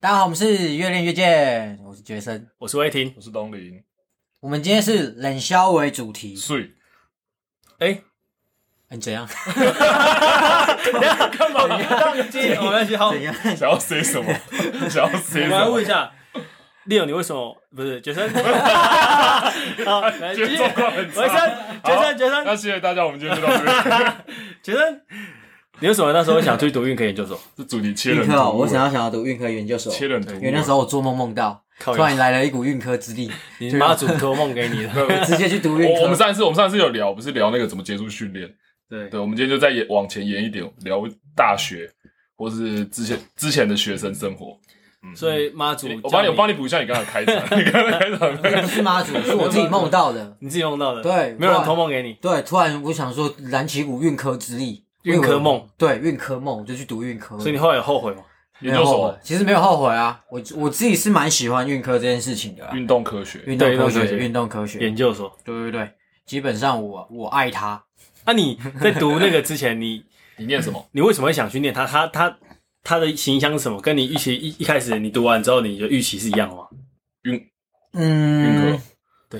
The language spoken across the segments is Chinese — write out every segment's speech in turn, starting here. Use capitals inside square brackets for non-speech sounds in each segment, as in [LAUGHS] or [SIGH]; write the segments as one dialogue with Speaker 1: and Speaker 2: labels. Speaker 1: 大家好，我们是越练越见，我是杰森。
Speaker 2: 我是威霆。
Speaker 3: 我是东林，
Speaker 1: 我们今天是冷消为主题，哎
Speaker 3: 睡
Speaker 2: 哎、
Speaker 1: 你怎样？
Speaker 2: 干嘛？宕机？没关系，哎好。我
Speaker 1: 怎样？
Speaker 3: 想要 say 什
Speaker 1: [LAUGHS]
Speaker 3: 么？想要 say 什
Speaker 2: 们来问
Speaker 3: 么
Speaker 2: 一？下，利友，你为什么不是杰森？ [LAUGHS] 好， [LAUGHS] 来继
Speaker 3: 觉得
Speaker 2: 续。
Speaker 3: 状况很
Speaker 2: 杰
Speaker 3: 差。
Speaker 2: 森，杰森，杰
Speaker 3: 那
Speaker 2: 森，
Speaker 3: 谢谢大家，我们今天就到这
Speaker 1: [LAUGHS]
Speaker 3: 边。
Speaker 2: 杰森，你为什么那时候想去读运科研究所？
Speaker 3: 这主题切
Speaker 1: 运
Speaker 3: 人
Speaker 1: 科哦，
Speaker 3: 图，
Speaker 1: 我想要想要读运科研究所，
Speaker 3: 切人图。
Speaker 1: 因为那时候我做梦梦到，
Speaker 2: 靠
Speaker 1: 突然来了一股运科之力，
Speaker 2: 你妈祖托梦给你的。
Speaker 1: 直接去读运
Speaker 3: 哦 [LAUGHS] 我我们
Speaker 1: 科。
Speaker 3: 上一次我们上一次有聊，不是聊那个怎么接触训练？
Speaker 2: 对
Speaker 3: 对，我们今天就再延往前延一点，聊大学或是之前之前的学生生活。
Speaker 2: 所以妈祖，
Speaker 3: 我帮你，我帮
Speaker 2: 你，
Speaker 3: 你补一下你刚才
Speaker 1: [LAUGHS]
Speaker 3: 开场，你刚才开场那
Speaker 1: 不
Speaker 3: 个
Speaker 1: 是妈祖，是我自己梦到的。
Speaker 2: 你自己用到的。
Speaker 1: 对
Speaker 2: 没有人托梦给你。
Speaker 1: 对，突然我想说燃起一股运科之力，
Speaker 2: 运科梦。
Speaker 1: 对，运科梦，我就去读运科。
Speaker 2: 所以你后来有后悔吗？
Speaker 1: 没
Speaker 3: 研
Speaker 1: 有
Speaker 3: 究
Speaker 1: 后
Speaker 3: 所
Speaker 1: 悔，其实没有后悔啊。我我自己是蛮喜欢运科这件事情的啦，
Speaker 3: 运动科学，
Speaker 1: 运动科
Speaker 2: 对运动科
Speaker 1: 学，
Speaker 2: 学
Speaker 1: 运动科学，
Speaker 2: 研究所。
Speaker 1: 对对对，基本上我我爱他，
Speaker 2: 那你在读那个之前，你
Speaker 3: 你念什么？
Speaker 2: 你为什么会想去念它？它它它的形象是什么？跟你预期一一开始你读完之后你的预期是一样的吗？
Speaker 3: 运
Speaker 1: 嗯
Speaker 3: 科，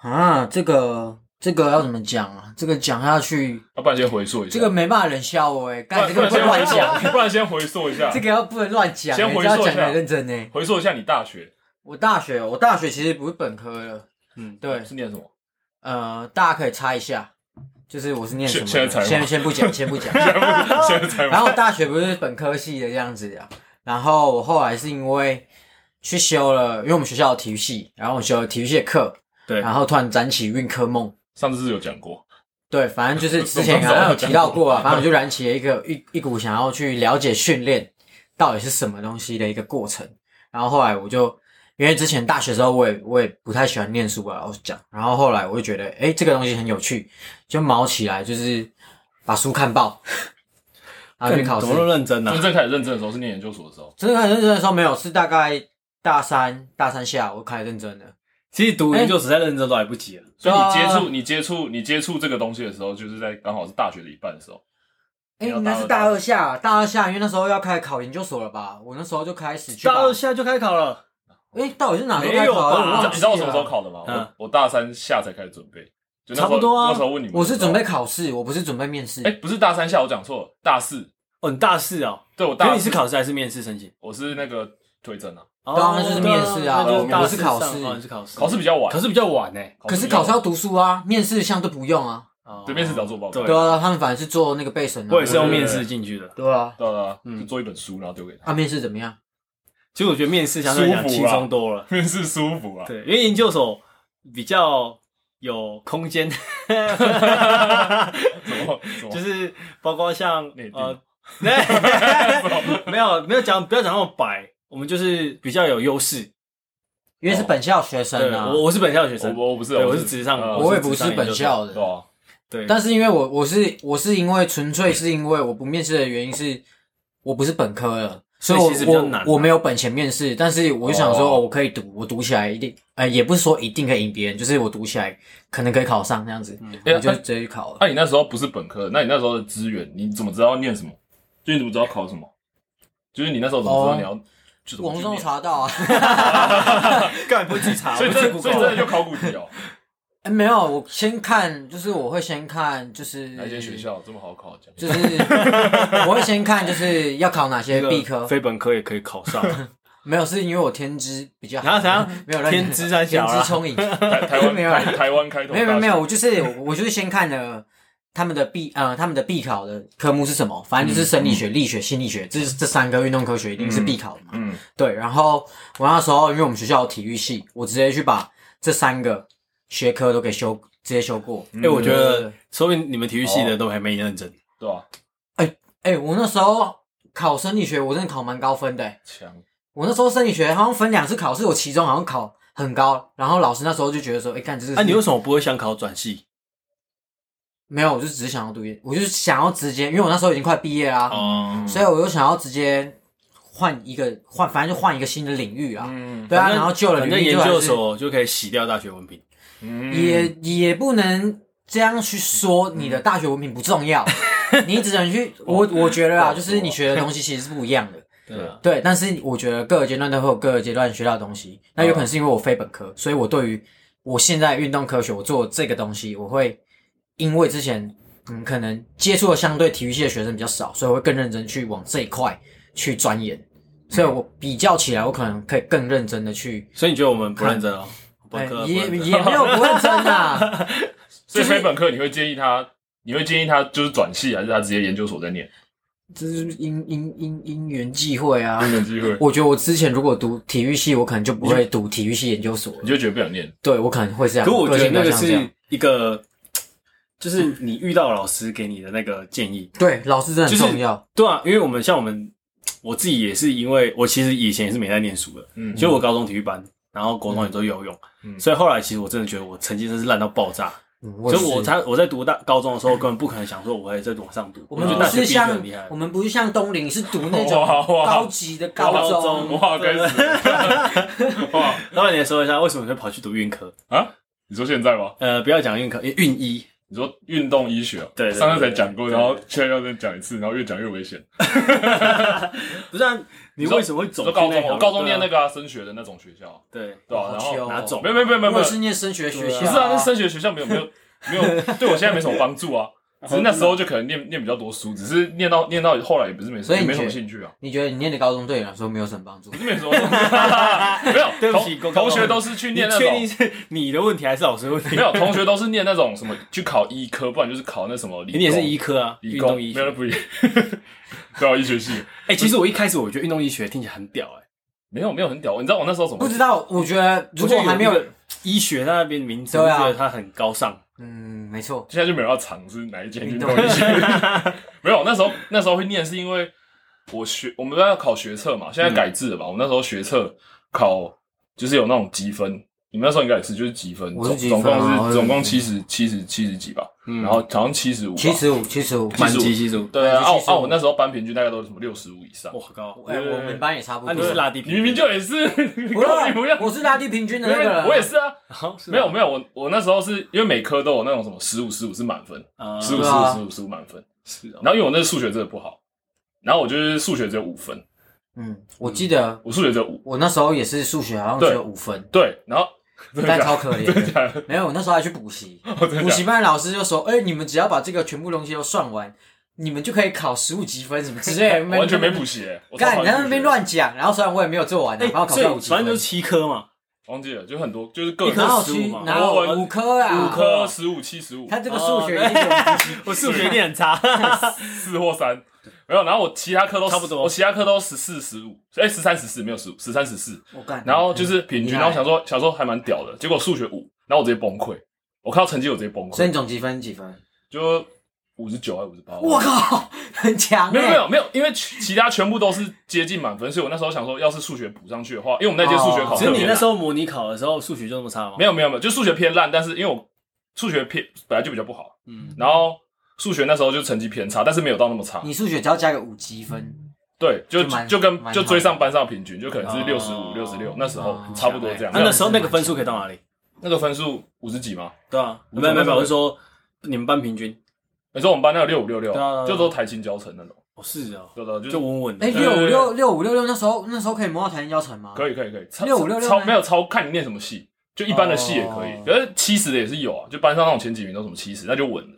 Speaker 1: 啊，这个这个要怎么讲啊？这个讲下去，
Speaker 3: 要不然先回溯一下。
Speaker 1: 这个没办法冷笑我哎，
Speaker 3: 不
Speaker 1: 干
Speaker 3: 然
Speaker 1: 这
Speaker 3: 不
Speaker 1: 个
Speaker 3: 然
Speaker 1: 不能
Speaker 3: 先回
Speaker 1: 乱讲，
Speaker 3: 溯，不然先回溯一下
Speaker 1: 这，个要不能乱讲，
Speaker 3: 先
Speaker 1: 哎
Speaker 3: 回
Speaker 1: 这要
Speaker 3: 溯一
Speaker 1: 讲
Speaker 3: 下
Speaker 1: 的认真呢。
Speaker 3: 回溯一下你大学
Speaker 1: 我大学，哦我大学其实不是本科的，
Speaker 2: 嗯，
Speaker 1: 对，
Speaker 3: 是念什么？ [LAUGHS]
Speaker 1: 呃，大家可以猜一下，就是我是念什么的？
Speaker 3: 现现在猜吗
Speaker 1: 先先不讲，先不讲。
Speaker 3: 现在才
Speaker 1: 然后大学不是本科系的这样子啊，然后我后来是因为去修了，因为我们学校有体育系，然后我修了体育系的课，
Speaker 2: 对
Speaker 1: 然后突然燃起运科梦。
Speaker 3: 上次是有讲过，
Speaker 1: 对，反正就是之前好像有提到过啊，反正我就燃起了一个一一股想要去了解训练到底是什么东西的一个过程。然后后来我就因为之前大学的时候，我也我也不太喜欢念书啊，老实讲。然后后来我就觉得，哎，这个东西很有趣，就毛起来，就是把书看爆， [LAUGHS] 然后啊去考试
Speaker 2: 怎。么那么认真呢、啊
Speaker 3: 真正开始认真的时候是念研究所的时候，
Speaker 1: 真的很认真的时候没有，是大概大三大三下我开始认真的。
Speaker 2: 其实读研究所再认真都来不及了。
Speaker 3: 所以你
Speaker 1: 对
Speaker 3: 接
Speaker 1: 啊
Speaker 3: 触你接触你接触这个东西的时候，就是在刚好是大学的一半的时候。
Speaker 1: 哎、
Speaker 3: 你要
Speaker 1: 应该是大
Speaker 3: 大二
Speaker 1: 二下，大二下，因为那时候要开始考研究所了吧？我那时候就开始去把
Speaker 2: 大二下就开考了，
Speaker 1: 哎、到底是哪时候
Speaker 2: 没
Speaker 1: 开
Speaker 2: 有
Speaker 1: 考
Speaker 2: 吧
Speaker 1: 啊？我
Speaker 3: 你知
Speaker 1: 忘记
Speaker 3: 道你
Speaker 1: 了
Speaker 3: 知道我什么时候？考的吗？
Speaker 2: 嗯
Speaker 3: 我我大三下才开始准备，就那时候
Speaker 2: 差不多啊
Speaker 3: 那时候问你们，
Speaker 1: 我是准备，考试，我不是准备面试。
Speaker 3: 哎，不是大三下，我讲错了，大四。
Speaker 2: 哦，你大四哦，
Speaker 3: 对我
Speaker 2: 所以
Speaker 3: 大
Speaker 2: 你是，考试还是面试申请？
Speaker 3: 我是那个推甄啊，
Speaker 2: 哦
Speaker 1: 对啊那就是面试啊
Speaker 2: 那就
Speaker 3: 我
Speaker 2: 大
Speaker 1: 我是
Speaker 2: 四
Speaker 1: 考
Speaker 2: 上
Speaker 1: 试
Speaker 2: 哦你是考试，
Speaker 3: 考试比较晚
Speaker 2: 考，试比较晚呢、欸。
Speaker 1: 可是
Speaker 3: 比较
Speaker 1: 考
Speaker 3: 晚
Speaker 1: 试要读书啊，面试项都不用啊。
Speaker 2: 哦
Speaker 3: 对面试只要做报告
Speaker 1: 对
Speaker 2: 对，
Speaker 1: 啊，他们反而是做那个备审、啊。
Speaker 2: 我也是用面试进去的。
Speaker 1: 对啊，
Speaker 3: 对啊，
Speaker 2: 嗯
Speaker 3: 就做一本书，然后丢给他， [LAUGHS]
Speaker 1: 啊，面试怎么样？
Speaker 2: 其实我觉得面试相对来讲
Speaker 3: 舒服
Speaker 2: 轻
Speaker 3: 啊
Speaker 2: 松多了。
Speaker 3: 面试舒服啊。
Speaker 2: 对，因为研究所比较有空
Speaker 3: [LAUGHS]
Speaker 2: 间，
Speaker 3: 怎么怎么
Speaker 2: 就是包括像
Speaker 3: 内定
Speaker 2: 呃， [LAUGHS] 没有没有讲不要讲那么白，我们就是比较有优势。
Speaker 1: 因为是本校学
Speaker 2: 对，
Speaker 1: 生啊，
Speaker 2: 我我是本校学生，
Speaker 3: 我我不是啊，
Speaker 2: 对我是直上
Speaker 3: 呃
Speaker 1: 我也不
Speaker 2: 我是
Speaker 1: 是
Speaker 2: 职场研究
Speaker 1: 本
Speaker 2: 所
Speaker 1: 校的
Speaker 3: 对，啊，
Speaker 2: 对，
Speaker 1: 但是因为我我是我是因为纯粹是因为我不面试的原因是，我不是本科了，所以
Speaker 2: 所以其实比较
Speaker 1: 我
Speaker 2: 难啊
Speaker 1: 我我没有本钱面试，但是我就想说，
Speaker 3: 哦
Speaker 1: 哦，我可以读，我读起来一定，呃，也不是说一定可以赢别人，就是我读起来可能可以考上这样子，
Speaker 2: 嗯
Speaker 1: 我
Speaker 2: 哎
Speaker 1: 就直接去考
Speaker 2: 啊
Speaker 1: 了。
Speaker 3: 啊那你那时候不是本科，那你那时候的资源，你怎么知道要念什么？就你怎么知道考什么？就是你那时候怎么知道你要、就怎
Speaker 1: 哦
Speaker 3: 么
Speaker 1: 网
Speaker 3: 去
Speaker 1: 络上
Speaker 3: 念
Speaker 1: 查到啊， [LAUGHS]
Speaker 2: [LAUGHS] 干不会自己查
Speaker 3: 所以
Speaker 2: 不是
Speaker 3: 这所以真的
Speaker 2: Google
Speaker 3: 就考古题
Speaker 1: [LAUGHS]
Speaker 3: 哦，
Speaker 1: 哎没有，我先看，就是我会先看，就是
Speaker 3: 哪间学，校这么好考？这样
Speaker 1: [LAUGHS] 就是我会先看，就是要考哪些必科，
Speaker 2: 非本科也可以考
Speaker 1: [LAUGHS]
Speaker 2: 上。
Speaker 1: 没有，是因为我天资比较好，
Speaker 2: 然后怎样？
Speaker 1: [LAUGHS] 没有乱讲
Speaker 2: 天资三小
Speaker 1: 天资
Speaker 2: 啦。
Speaker 1: 聪颖。
Speaker 3: 台台
Speaker 1: [LAUGHS]
Speaker 3: 湾
Speaker 1: 没有啊
Speaker 3: 台台湾开头
Speaker 1: 没有没有没
Speaker 3: 大
Speaker 1: 有，
Speaker 3: 学
Speaker 1: 我就是我就是先看了他们的必呃他们的必考的科目是什么，反正就是生理
Speaker 2: 嗯
Speaker 1: 学、力学、心理学，这这三个运动科学一定是必考的嘛。
Speaker 3: 嗯，
Speaker 1: 对，然后我那时候因为我们学校有体育系，我直接去把这三个学科都给修，直接修过。
Speaker 2: 哎，我觉
Speaker 1: 对对哦
Speaker 2: 得
Speaker 1: 对，
Speaker 2: 说明你们体育系的都还没认真。
Speaker 3: 对啊，
Speaker 1: 哎、我那时候考生理学，我真的考蛮高分的、
Speaker 3: 强
Speaker 1: 我那时候生理学好像分两次考试，我其中好像考很高，然后老师那时候就觉得说，哎、干这是
Speaker 2: 啊那你为什么不会想考转系？
Speaker 1: 没有，我就只是想要读研，我就是想要直接，因为我那时候已经快毕业啦、
Speaker 2: 哦，
Speaker 1: 所以我就想要直接换一个换，反正就换一个新的领域啊。
Speaker 3: 嗯
Speaker 1: 对啊，然后旧的
Speaker 2: 反正
Speaker 1: 领域
Speaker 2: 研
Speaker 1: 就还
Speaker 2: 究
Speaker 1: 是
Speaker 2: 所就可以洗掉大学文凭。
Speaker 3: 嗯
Speaker 1: 也也不能这样去说你
Speaker 2: 嗯
Speaker 1: 的
Speaker 2: [LAUGHS]
Speaker 1: 大学文凭不重要，你只能去我我觉得啊，就是你学的东西其实是不一样的。
Speaker 2: 对啊，
Speaker 1: 对，但是我觉得各个阶段都会有各个阶段学到的东西。那有可
Speaker 2: 嗯
Speaker 1: 能是因为我非本科，所以我对于我现在运动科学我做这个东西，我会因为之前嗯可能接触的相对体育系的学生比较少，所以我会更认真去往这一块去钻研。所
Speaker 2: 嗯
Speaker 1: 以我比较起来，我可能可以更认真的去，
Speaker 2: 所以你觉得我们不认真哦？
Speaker 1: 哎
Speaker 2: 本科不
Speaker 1: 也
Speaker 2: 认真
Speaker 1: 也没有不认真啊。
Speaker 2: [LAUGHS]
Speaker 3: 所
Speaker 1: 就
Speaker 3: 以
Speaker 1: 是
Speaker 3: 非本科你会建议他，你会建议他就是转系，还是他直接研究所再念？
Speaker 1: 这是因因因因缘际会啊。
Speaker 3: 有机会，
Speaker 1: 我觉得我之前如果读体育系，我可能就不会读体育系研究所了
Speaker 3: 你就觉得不想念，
Speaker 1: 对我可能会这样。
Speaker 2: 可我觉得那
Speaker 1: 个
Speaker 2: 个
Speaker 1: 性比较像这样
Speaker 2: 是一个，就是你遇到老师给你的那个建议，
Speaker 1: 对老师真的很
Speaker 2: 就是
Speaker 1: 重要。
Speaker 2: 对啊，因为我们像我们，我自己也是因为我其实以前也是没在念书的，
Speaker 3: 嗯
Speaker 2: 其实我高中体育班，然后国中也都游泳，
Speaker 3: 嗯
Speaker 2: 所以后来其实我真的觉得我成绩真是烂到爆炸，
Speaker 1: 嗯
Speaker 2: 所
Speaker 1: 也
Speaker 2: 以
Speaker 1: 是
Speaker 2: 我才我在读大高中的时候根本不可能想说我会再往上读，
Speaker 1: 我们
Speaker 2: 觉得
Speaker 1: 不
Speaker 2: 大学
Speaker 1: 是
Speaker 2: 必须
Speaker 1: 像
Speaker 2: 很厉害
Speaker 1: 我。们不是像东林，是
Speaker 3: [LAUGHS]
Speaker 1: 读那种
Speaker 3: 哇哇
Speaker 1: 高级的高
Speaker 2: 高
Speaker 1: 中。
Speaker 2: 中
Speaker 3: 哇，该死了！
Speaker 2: [LAUGHS]
Speaker 3: 哇
Speaker 2: 老板，你来说一下为什么你会跑去读运科？
Speaker 3: 啊，你说现在吗？
Speaker 2: 呃，不要讲运科，因为运医
Speaker 3: 你说运动医学啊，
Speaker 2: 对对对
Speaker 3: 上次才讲过，
Speaker 2: 对
Speaker 3: 然后现在要再讲一次，然后越讲越危险。
Speaker 2: 不是啊？你
Speaker 3: 说
Speaker 2: 为什么会走
Speaker 3: 说
Speaker 2: 去
Speaker 3: 高
Speaker 2: 那
Speaker 3: 中，
Speaker 2: 条
Speaker 3: 我
Speaker 2: 路
Speaker 3: 高中念那个啊升学的那种学校，
Speaker 2: 对啊
Speaker 3: 对吧？
Speaker 1: 好
Speaker 3: 然
Speaker 1: 糗
Speaker 3: 后
Speaker 1: 哦
Speaker 2: 哪种
Speaker 3: 没有没有没有没有没
Speaker 1: 我
Speaker 3: 有，
Speaker 1: 也是念升学学校，
Speaker 2: 不
Speaker 3: 不是啊，那升学学校没有没
Speaker 2: [LAUGHS]
Speaker 3: 有没有，对我现在没什么帮助啊。
Speaker 2: 哦
Speaker 3: 只是那时候就可能念念比较多书，只是念到念到后来也不是没什
Speaker 1: 所以
Speaker 3: 么
Speaker 1: 你
Speaker 3: 没什么
Speaker 1: 觉得
Speaker 3: 兴
Speaker 2: [LAUGHS]
Speaker 3: 趣啊，
Speaker 1: 你觉得你念的高中对你来说没有什么帮助
Speaker 3: 不？是没什么，没有
Speaker 2: 对不起
Speaker 3: 同
Speaker 2: 高中
Speaker 3: 同学都是去
Speaker 2: 你
Speaker 3: 念那
Speaker 2: 确定
Speaker 3: 种。
Speaker 2: 是你的问题还是老师的问题
Speaker 3: [LAUGHS] 没？有，同学都是念那种什么去考医科，不然就是考那什么理工。
Speaker 2: 你也是医科啊，
Speaker 3: 理
Speaker 2: 运
Speaker 3: 工
Speaker 2: 动医
Speaker 3: 没有
Speaker 2: 学。
Speaker 3: 不一，
Speaker 2: [LAUGHS]
Speaker 3: 对啊，医学系
Speaker 2: 哎、其实我一开始我觉得运动医学听起来很屌、哎，
Speaker 3: 没有没有很屌。你知道我那时候怎么
Speaker 1: 不知道，我觉得如果
Speaker 2: 我觉得
Speaker 1: 还没有
Speaker 2: 那，个医学在那边名字，
Speaker 1: 对
Speaker 2: 我
Speaker 1: 啊
Speaker 2: 觉得它很高尚。
Speaker 1: 嗯，没错，
Speaker 3: 现在就没有要尝试哪一间运
Speaker 1: 运
Speaker 3: 动
Speaker 1: 动
Speaker 3: 医学。 [LAUGHS] 没有，那时候那时候会念是因为我学我们要考学测嘛，现在改制了
Speaker 1: 嗯
Speaker 3: 吧？我们那时候学测考就是有那种积分，你们那时候应该也是就是积分，
Speaker 1: 我是
Speaker 3: 总
Speaker 1: 积
Speaker 3: 总
Speaker 1: 分啊
Speaker 3: 共
Speaker 1: 我
Speaker 3: 是
Speaker 1: 是
Speaker 3: 总共七十七十七十几吧，
Speaker 2: 嗯
Speaker 3: 然后好像七十五，
Speaker 1: 七十五，七十五。
Speaker 2: 满
Speaker 3: 75
Speaker 2: 级系数，
Speaker 3: 对啊，啊我
Speaker 1: 75
Speaker 3: 啊我那时候班平均大概都是什么六十五以上
Speaker 2: 哇，，好高！啊
Speaker 1: 哎，我们班也差不
Speaker 2: 那、
Speaker 1: 多。
Speaker 2: 你是拉低
Speaker 3: 啊
Speaker 2: 平
Speaker 3: 你
Speaker 2: 均，
Speaker 3: 明明就也是， [LAUGHS]
Speaker 1: 不是
Speaker 3: 你不要
Speaker 1: 啊，，我是拉低平均的
Speaker 3: 没
Speaker 1: 那个
Speaker 3: 有
Speaker 1: 人。
Speaker 3: 我也是啊，
Speaker 2: 好是吗
Speaker 3: 没有没有，我我那时候是因为每科都有那种什么十五十五是啊满分，
Speaker 2: 啊
Speaker 3: 十五
Speaker 1: 是
Speaker 3: 十
Speaker 1: 啊
Speaker 3: 五十五十五满分。
Speaker 2: 是哦
Speaker 3: 然后因为我那数学真的不好，然后我就是数学只有五分，
Speaker 1: 嗯，我记得
Speaker 3: 我数学只有五。
Speaker 1: 我那时候也是数学好像只
Speaker 3: 对
Speaker 1: 有五分，
Speaker 3: 对，然后真的
Speaker 1: 但
Speaker 3: 假
Speaker 1: 超
Speaker 3: 的
Speaker 1: 可怜
Speaker 3: 真的假
Speaker 1: 的
Speaker 3: 的。 [LAUGHS]
Speaker 1: 没有，我那时候还去补习，
Speaker 3: 哦 [LAUGHS] 真
Speaker 1: 补
Speaker 3: 的假
Speaker 1: 习
Speaker 3: 的？
Speaker 1: 班老师就说：“哎、你们只要把这个全部东西都算完，你们就可以考十五积分什么之类的。”
Speaker 3: 我 [LAUGHS] 完全没补。习耶，我超
Speaker 1: 干，
Speaker 3: 讨
Speaker 1: 你
Speaker 3: 厌
Speaker 1: 在那
Speaker 3: 数学
Speaker 1: 边，乱讲。然后虽然我也没有做完啊，
Speaker 2: 哎、
Speaker 1: 然后考
Speaker 2: 所以
Speaker 1: 到五积
Speaker 2: 反正就是
Speaker 1: 分。
Speaker 2: 七科嘛，
Speaker 3: 忘记了，就很多，就是各
Speaker 2: 一
Speaker 1: 然
Speaker 2: 科
Speaker 1: 后
Speaker 2: 15
Speaker 1: 去
Speaker 2: 嘛
Speaker 1: 然后
Speaker 3: 我
Speaker 1: 五科啊，
Speaker 3: 五科十五七十五
Speaker 1: 他这个数学
Speaker 2: 哦
Speaker 1: 一定有
Speaker 2: 我数
Speaker 3: 啊
Speaker 2: 学一定很
Speaker 3: [LAUGHS]
Speaker 2: 差，
Speaker 3: 四或三，没有。然后我其他科都
Speaker 2: 差不多
Speaker 3: 我其他科都十四十五，哎，十三十四没有十五，十三十四。
Speaker 1: 我干。
Speaker 3: [LAUGHS] 然后就是平
Speaker 1: 厉
Speaker 3: 均，
Speaker 1: 害
Speaker 3: 然后想说想说还蛮屌的，结果数学五，然后我直接崩溃，我看到成绩我直接崩
Speaker 1: 所以
Speaker 3: 溃
Speaker 1: 你，总积分几分？
Speaker 3: 就五十九还五十八。
Speaker 1: 我靠，很强、欸！
Speaker 3: [LAUGHS] 没有没有没有，因为其其他全部都是接近满分，所以我那时候想说，要是数学补上去的话，因为我们那届数学考
Speaker 1: 哦
Speaker 2: [LAUGHS] 只
Speaker 3: 特
Speaker 2: 是你
Speaker 3: 别
Speaker 2: 那
Speaker 3: 烂，
Speaker 2: 时候模拟考的时候数学就那么差吗？
Speaker 3: 啊没有没有没有，就数学偏烂，但是因为我数学偏本来就比较不好，
Speaker 2: 嗯
Speaker 3: 然后数学那时候就成绩偏差，但是没有到那么差，
Speaker 1: 欸你数学只要加个五积分，
Speaker 3: 对，就
Speaker 1: 就蛮
Speaker 3: 就跟
Speaker 1: 蛮好
Speaker 3: 就追上班上平均，就可能
Speaker 2: 哦
Speaker 3: 是六十五、六十六，那时候差不多这样。
Speaker 2: 啊那
Speaker 3: 那
Speaker 2: 那时候那个分数可以到哪里？
Speaker 3: 那个分数五十几吗？
Speaker 2: 对啊，
Speaker 3: 我
Speaker 2: 没有没有没有，
Speaker 3: 我
Speaker 2: 我是说你们班平均。
Speaker 3: 你说我们班那有六五六六
Speaker 2: 对啊对啊对，啊
Speaker 3: 就都台青教程那种，
Speaker 2: 哦，是哦，
Speaker 3: 对对，
Speaker 2: 就
Speaker 3: 就
Speaker 2: 稳稳的。
Speaker 1: 哎、
Speaker 3: 对
Speaker 1: 六五
Speaker 3: 对对
Speaker 1: 六六五六六，那时候那时候可以摸到台湾教程吗？
Speaker 3: 呃可以可以可以，超
Speaker 1: 656
Speaker 3: 超
Speaker 1: 呢
Speaker 3: 没有超看你念什么系，就一般的系也可以
Speaker 1: 哦，
Speaker 3: 可是七十的也是有啊，就班上那种前几名都什么七十，那就稳了，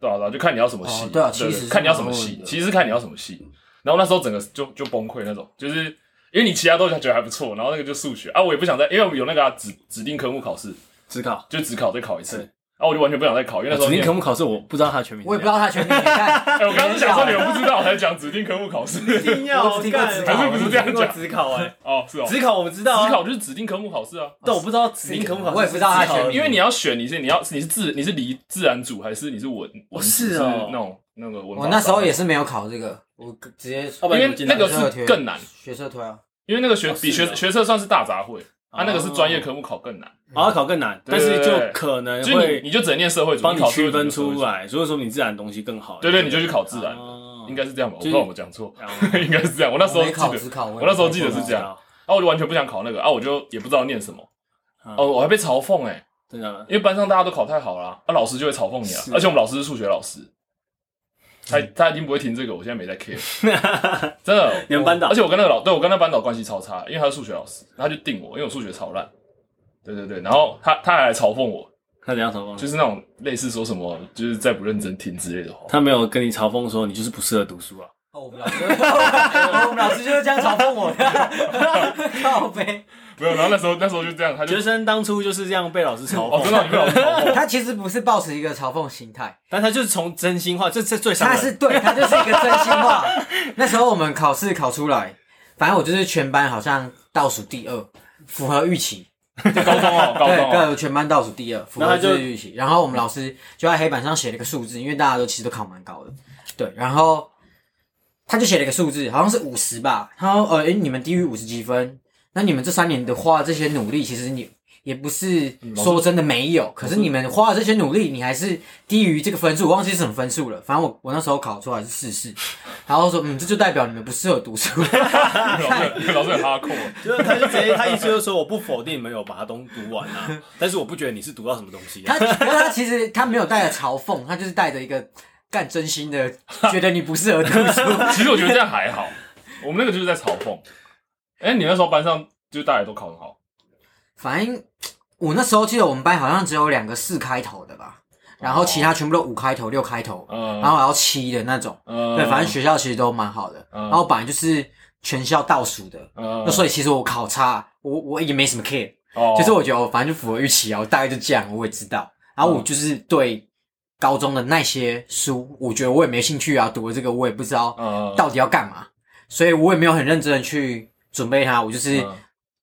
Speaker 3: 对啊对啊，就看你要什么系，
Speaker 1: 哦对啊70是
Speaker 3: 看你要什么
Speaker 1: 蛮稳
Speaker 3: 系，
Speaker 1: 的
Speaker 3: 其实是看你要什么系。然后那时候整个就就崩溃那种，就是因为你其他都觉得还不错，然后那个就数学啊，我也不想再，因为我们有那个啊、指指定科目考试，
Speaker 2: 只考。
Speaker 3: 就只考再考一次
Speaker 2: 对，
Speaker 3: 啊，我就完全不想再考，因为那时
Speaker 1: 哦
Speaker 2: 指
Speaker 3: 候
Speaker 2: 定
Speaker 3: 念
Speaker 2: 科目考试我不知道它的全名。
Speaker 1: 我也不知道。他全
Speaker 3: [LAUGHS]
Speaker 1: 名。你看
Speaker 3: 哎，我刚刚是
Speaker 1: [LAUGHS]
Speaker 3: 想说你们不知道，我才讲指定科目考试。
Speaker 2: 一定
Speaker 1: 要我只听过干指考
Speaker 3: 还是不是这样讲
Speaker 2: 我只听过指考哎，
Speaker 3: 哦，是哦，指
Speaker 2: 指考我们知道啊，
Speaker 3: 考就是指定科目考试
Speaker 1: 哦
Speaker 3: 啊。
Speaker 2: 但我不知道指定科目考试，
Speaker 1: 我也不知道它
Speaker 2: 指考
Speaker 1: 全名
Speaker 3: 因为你要选你是你要你是自你是理自然组还是你是文文组
Speaker 2: 是哦
Speaker 3: 那种那个文法
Speaker 1: 我那时候也是没有考这个，我直接
Speaker 2: 要不然
Speaker 3: 因为
Speaker 2: 你进来
Speaker 3: 那个
Speaker 1: 学测
Speaker 3: 是
Speaker 1: 推
Speaker 3: 更难，
Speaker 1: 学社推啊。
Speaker 3: 因为那个学
Speaker 2: 哦
Speaker 3: 比
Speaker 2: 是
Speaker 3: 学
Speaker 2: 哦
Speaker 3: 学测算是大杂烩，啊
Speaker 2: 哦
Speaker 3: 那个是专业科目考更难，
Speaker 2: 然后考更难，
Speaker 3: 对
Speaker 2: 但
Speaker 3: 对
Speaker 2: 是
Speaker 3: 嗯对
Speaker 2: 就可能
Speaker 3: 所以你你
Speaker 2: 会
Speaker 3: 就只能念社会组，
Speaker 2: 帮
Speaker 3: 你
Speaker 2: 你
Speaker 3: 考社
Speaker 2: 区
Speaker 3: 会组
Speaker 2: 分
Speaker 3: 就社会
Speaker 2: 出
Speaker 3: 组，
Speaker 2: 来，所以说你自然东西更好。
Speaker 3: 对对，你就去考自然，
Speaker 2: 哦
Speaker 3: 应该是这样吧？我
Speaker 2: 就
Speaker 3: 不
Speaker 2: 是
Speaker 3: 知道有没有讲错，
Speaker 2: 哦
Speaker 3: [LAUGHS] 应该是这样。我那时候
Speaker 1: 我没考
Speaker 3: 记
Speaker 1: 只
Speaker 3: 得，
Speaker 1: 考，
Speaker 3: 我那时候记得
Speaker 1: 也没
Speaker 3: 是
Speaker 1: 考
Speaker 3: 这样，啊，我就完全不想考那个啊，我就也不知道念什么，
Speaker 2: 嗯
Speaker 3: 哦，我还被嘲讽哎，
Speaker 2: 真的。
Speaker 3: 因为班上大家都考太好了，啊，老师就会嘲讽你啊
Speaker 2: 是，
Speaker 3: 而且我们老师是数学老师，他他已经不会听这个，我现在没在 care，真的。
Speaker 2: [LAUGHS] 你们班导
Speaker 3: [LAUGHS] 而且我跟那个老，对我跟那班导关系超差，因为他是数学老师，然后他就定我，因为我数学超烂。对对对，然后他他还来嘲讽我，
Speaker 2: 他怎样嘲讽
Speaker 3: 就
Speaker 2: 你？
Speaker 3: 是那种类似说什么就是再不认真听之类的话。
Speaker 2: 他没有跟你嘲讽说你就是不适合读书啊？
Speaker 1: 哦，我们老师， [LAUGHS] 我们老师就是这样嘲讽我的， [LAUGHS] 靠背。
Speaker 3: [LAUGHS] 没有，然后那时候那时候就这样，他就
Speaker 2: 学生当初就是这样被老师嘲
Speaker 3: 哦，真的
Speaker 2: 讽，
Speaker 3: [LAUGHS] 你被老师嘲讽，
Speaker 1: 他其实不是抱持一个嘲讽心态，
Speaker 2: [LAUGHS] 但他就是从真心话，这这最伤
Speaker 1: 他
Speaker 2: 人。
Speaker 1: 是对他就是一个真心话。 [LAUGHS] 那时候我们考试考出来，反正我就是全班好像倒数第二，符合预期。
Speaker 3: 就高中哦，高
Speaker 1: 对，
Speaker 3: 中
Speaker 1: 对，
Speaker 3: 哦，
Speaker 1: 全班倒数第二，符合这个预啊期。然后我们老师就在黑板上写了一个数字，因为大家都其实都考蛮高的，对。然后他就写了一个数字，好像是五十吧。他说：“呃，诶你们低于五十积分，那你们这三年的花的这些努力，其实你也不是说真的没有，嗯可是你们花的这些努力，你还是低于这个分数，我忘记是什么分数了。反正我我那时候考出来是四四，然后说嗯，这就代表你们不适合读书。
Speaker 3: 老师老师很哈扣，
Speaker 2: 就是他就直接他意思就是说我不否定你们有把它东读完啊，但是我不觉得你是读到什么东西、啊
Speaker 1: 他。 [LAUGHS] 可是他其实他没有带着嘲讽，他就是带着一个干真心的，觉得你不适合读
Speaker 3: [LAUGHS]
Speaker 1: 书。
Speaker 3: [LAUGHS] 其实我觉得这样还好，我们那个就是在嘲讽。哎，你那时候班上就大家都考很好，
Speaker 1: 反正我那时候记得我们班好像只有两个四开头的吧，然后其他全部都五开头、六开头，
Speaker 3: 嗯，
Speaker 1: 然后还要七的那种。
Speaker 3: 呃
Speaker 1: 对，反正学校其实都蛮好的，
Speaker 3: 嗯
Speaker 1: 然后本来就是全校倒数的，
Speaker 3: 呃
Speaker 1: 那所以其实我考差，我我也没什么 care，
Speaker 3: 哦
Speaker 1: 就是我觉得我反正就符合预期啊，我大概就这样，我也知道。然后我就是对高中的那些书，我觉得我也没兴趣啊，读了这个我也不知道
Speaker 3: 呃
Speaker 1: 到底要干嘛，所以我也没有很认真的去准备它。我就是
Speaker 3: 嗯